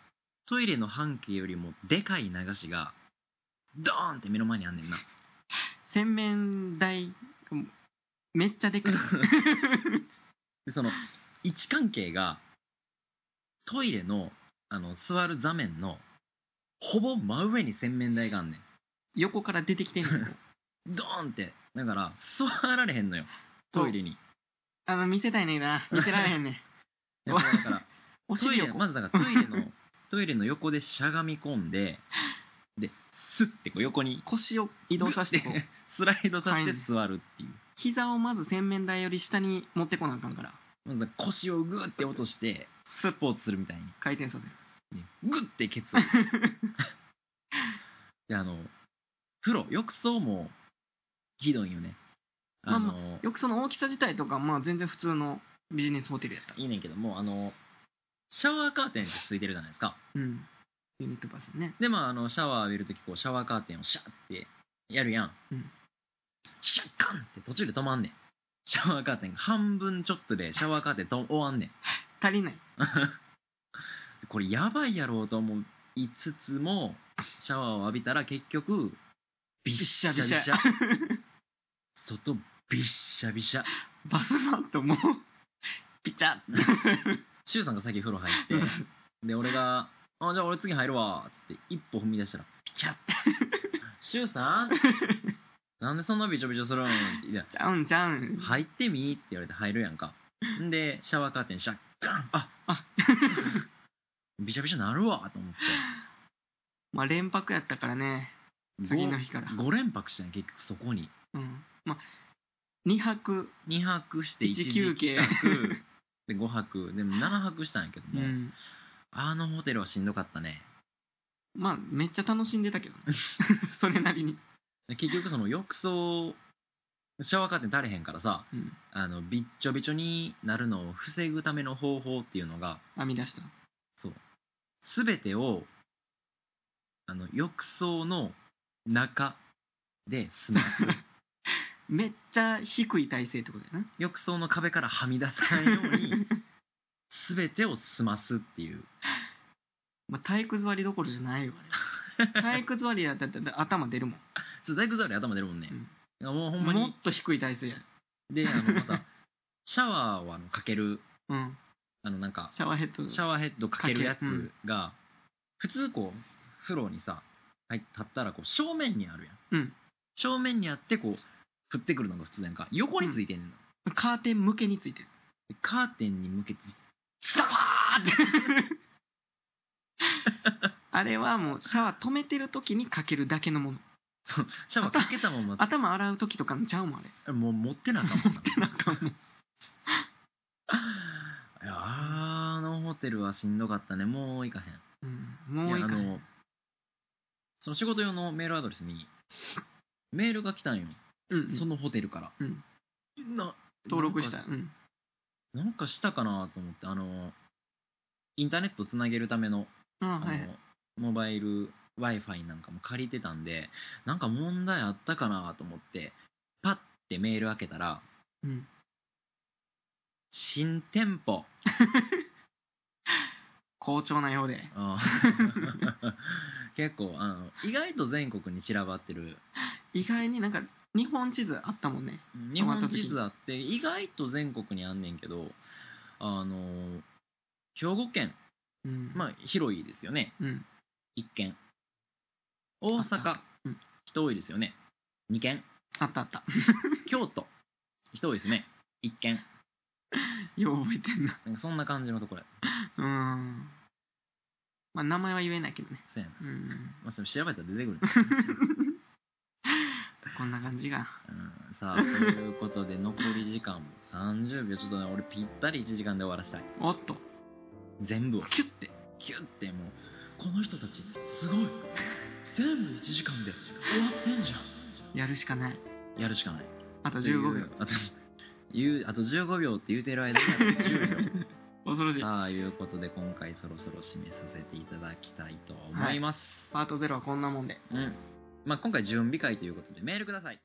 Speaker 1: トイレの半径よりもでかい流しがドーンって目の前にあん ねんな
Speaker 2: 洗面台、めっちゃで かい。
Speaker 1: でその位置関係がトイレのあの座る座面のほぼ真上に洗面台があんねん
Speaker 2: 横から出てきてんのよ。
Speaker 1: ドーンってだから座られへんのよトイレに
Speaker 2: あの、見せたいねんな。見せられへんねん。
Speaker 1: だからだから
Speaker 2: お
Speaker 1: トイ
Speaker 2: 尻を
Speaker 1: レ
Speaker 2: こう
Speaker 1: まずだからトイレのトイレの横でしゃがみ込んででスッてこう横に
Speaker 2: 腰を移動させてこう。
Speaker 1: スライドさせて座るっていう、
Speaker 2: 膝をまず洗面台より下に持ってこなあかんから、
Speaker 1: まず腰をグーって落として スポーツするみたいに
Speaker 2: 回転させる。
Speaker 1: ねグッてケツ をであの風呂浴槽もひどいよねあの、
Speaker 2: まあよくその大きさ自体とか、まあ全然普通のビジネスホテルやった。
Speaker 1: いいねんけどもあのシャワーカーテンってついてるじゃないですか
Speaker 2: うん。ユニットバスね。
Speaker 1: でまああのシャワー浴びるときこうシャワーカーテンをシャッってやるやん、
Speaker 2: うん
Speaker 1: シャッカンって途中で止まんねんシャワーカーテンが半分ちょっとでシャワーカーテンと終わんねん
Speaker 2: 足りない。
Speaker 1: これやばいやろうと思いつつもシャワーを浴びたら結局びっしゃびし
Speaker 2: びっ
Speaker 1: ゃ
Speaker 2: しゃ
Speaker 1: 外びっしゃびしゃ
Speaker 2: バスマットも、 ピチャッ。
Speaker 1: シュウさんが先風呂入ってで俺が「あじゃあ俺次入るわ」っつって一歩踏み出したらピチャッ「シュウさんなんでそんなびちょびちょするん?」って言って
Speaker 2: ちゃうんちゃうん。
Speaker 1: 入ってみーって言われて入るやんか。んで、シャワーカーテンシャッガンあ
Speaker 2: あ
Speaker 1: びしゃびしゃなるわと思って。
Speaker 2: まあ連泊やったからね。次の日 から
Speaker 1: 5。連泊してん結局そこに。
Speaker 2: うん。まあ、2泊。
Speaker 1: 2泊して1
Speaker 2: 1休憩
Speaker 1: 時間 で5泊。でも7泊したんやけど
Speaker 2: う
Speaker 1: も、
Speaker 2: ん。
Speaker 1: あのホテルはしんどかったね。
Speaker 2: まあ、めっちゃ楽しんでたけどね。 それなりに。
Speaker 1: で結局その浴槽、シャワーカーテン足れへんからさ、
Speaker 2: うん。
Speaker 1: あの、びっちょびちょになるのを防ぐための方法っていうのが、
Speaker 2: 編み出した。
Speaker 1: そう。すべてを、あの、浴槽の中で済 ます。
Speaker 2: めっちゃ低い体勢ってことやな。
Speaker 1: 浴槽の壁からはみ出さないよう に、すべてを済ますっていう。
Speaker 2: まあ、体育座りどころじゃない よ、あれは。体育座りやったらだって頭出るもん。
Speaker 1: そう、大工座り頭出るもんね。いやもうほんま
Speaker 2: もっ
Speaker 1: に。
Speaker 2: と低い体勢や。
Speaker 1: で、あの、ま た、シャワーをあのかける、
Speaker 2: うん。
Speaker 1: あの、なんか、
Speaker 2: シャワーヘッド。
Speaker 1: シャワーヘッドかけるや
Speaker 2: かけうん
Speaker 1: つが、普通こう、風呂にさ、入っ立ったらこう正面にあるやん。
Speaker 2: うん
Speaker 1: 正面にあって、こう、降ってくるのが普通やんか。横についてんねんな。
Speaker 2: カーテン向けについてる。
Speaker 1: でカーテンに向けて
Speaker 2: ザバーって。 あれはもうシャワー止めてる時にかけるだけのもの。
Speaker 1: シャワーかけたまま
Speaker 2: 頭洗う時とかのちゃうもん、あれ。
Speaker 1: もう持ってなあかんもん な
Speaker 2: なんかもう。
Speaker 1: いやあのホテルはしんどかったねもう行かへ
Speaker 2: うん
Speaker 1: ん
Speaker 2: もういい
Speaker 1: や
Speaker 2: か
Speaker 1: あ
Speaker 2: ら。
Speaker 1: のその仕事用のメールアドレスにメールが来たんよ、
Speaker 2: うん
Speaker 1: そのホテルから、
Speaker 2: うん
Speaker 1: な
Speaker 2: 登録した。
Speaker 1: なんか
Speaker 2: うん。
Speaker 1: なんかしたかなと思ってあのインターネットつなげるための
Speaker 2: あ
Speaker 1: あの、
Speaker 2: はい。
Speaker 1: モバイル w i f i なんかも借りてたんでなんか問題あったかなと思ってパッてメール開けたら
Speaker 2: うん。
Speaker 1: 「新店舗
Speaker 2: 好調なようで」。
Speaker 1: あー 結構あの意外と全国に散らばってる
Speaker 2: 意外になんか日本地図あったもんね。
Speaker 1: 日本地図あって意外と全国にあんねんけどあの兵庫県
Speaker 2: うん。
Speaker 1: ま
Speaker 2: あ、
Speaker 1: あ広いですよね
Speaker 2: うん。
Speaker 1: 1県大
Speaker 2: あったあっ
Speaker 1: 阪
Speaker 2: たうん
Speaker 1: 人多いですよね2県
Speaker 2: あったあった。
Speaker 1: 京都人多いですね1県
Speaker 2: よう覚えてんな。
Speaker 1: なんかそんな感じのところや
Speaker 2: うん。まあ、名前は言えないけどね。
Speaker 1: そうやな、
Speaker 2: うん。
Speaker 1: まあ、それ調べたら出てく る、
Speaker 2: こんな感じが。
Speaker 1: うん、さあということで残り時間も30秒ちょっとね俺ぴったり1時間で終わらしたい
Speaker 2: おっと。
Speaker 1: 全部をキュッてキュッてもうこの人たちすごい全部1時間で終わってんじゃん
Speaker 2: やるしかない。
Speaker 1: やるしかない。
Speaker 2: あと15秒。
Speaker 1: あと、言う、あと15秒って言うてる間にあと10秒。
Speaker 2: 恐 ろしい。
Speaker 1: さあ、いうことで今回そろそろ締めさせていただきたいと思います。
Speaker 2: パート0はこんなもんで。
Speaker 1: うん。まあ、今回準備会ということでメールください。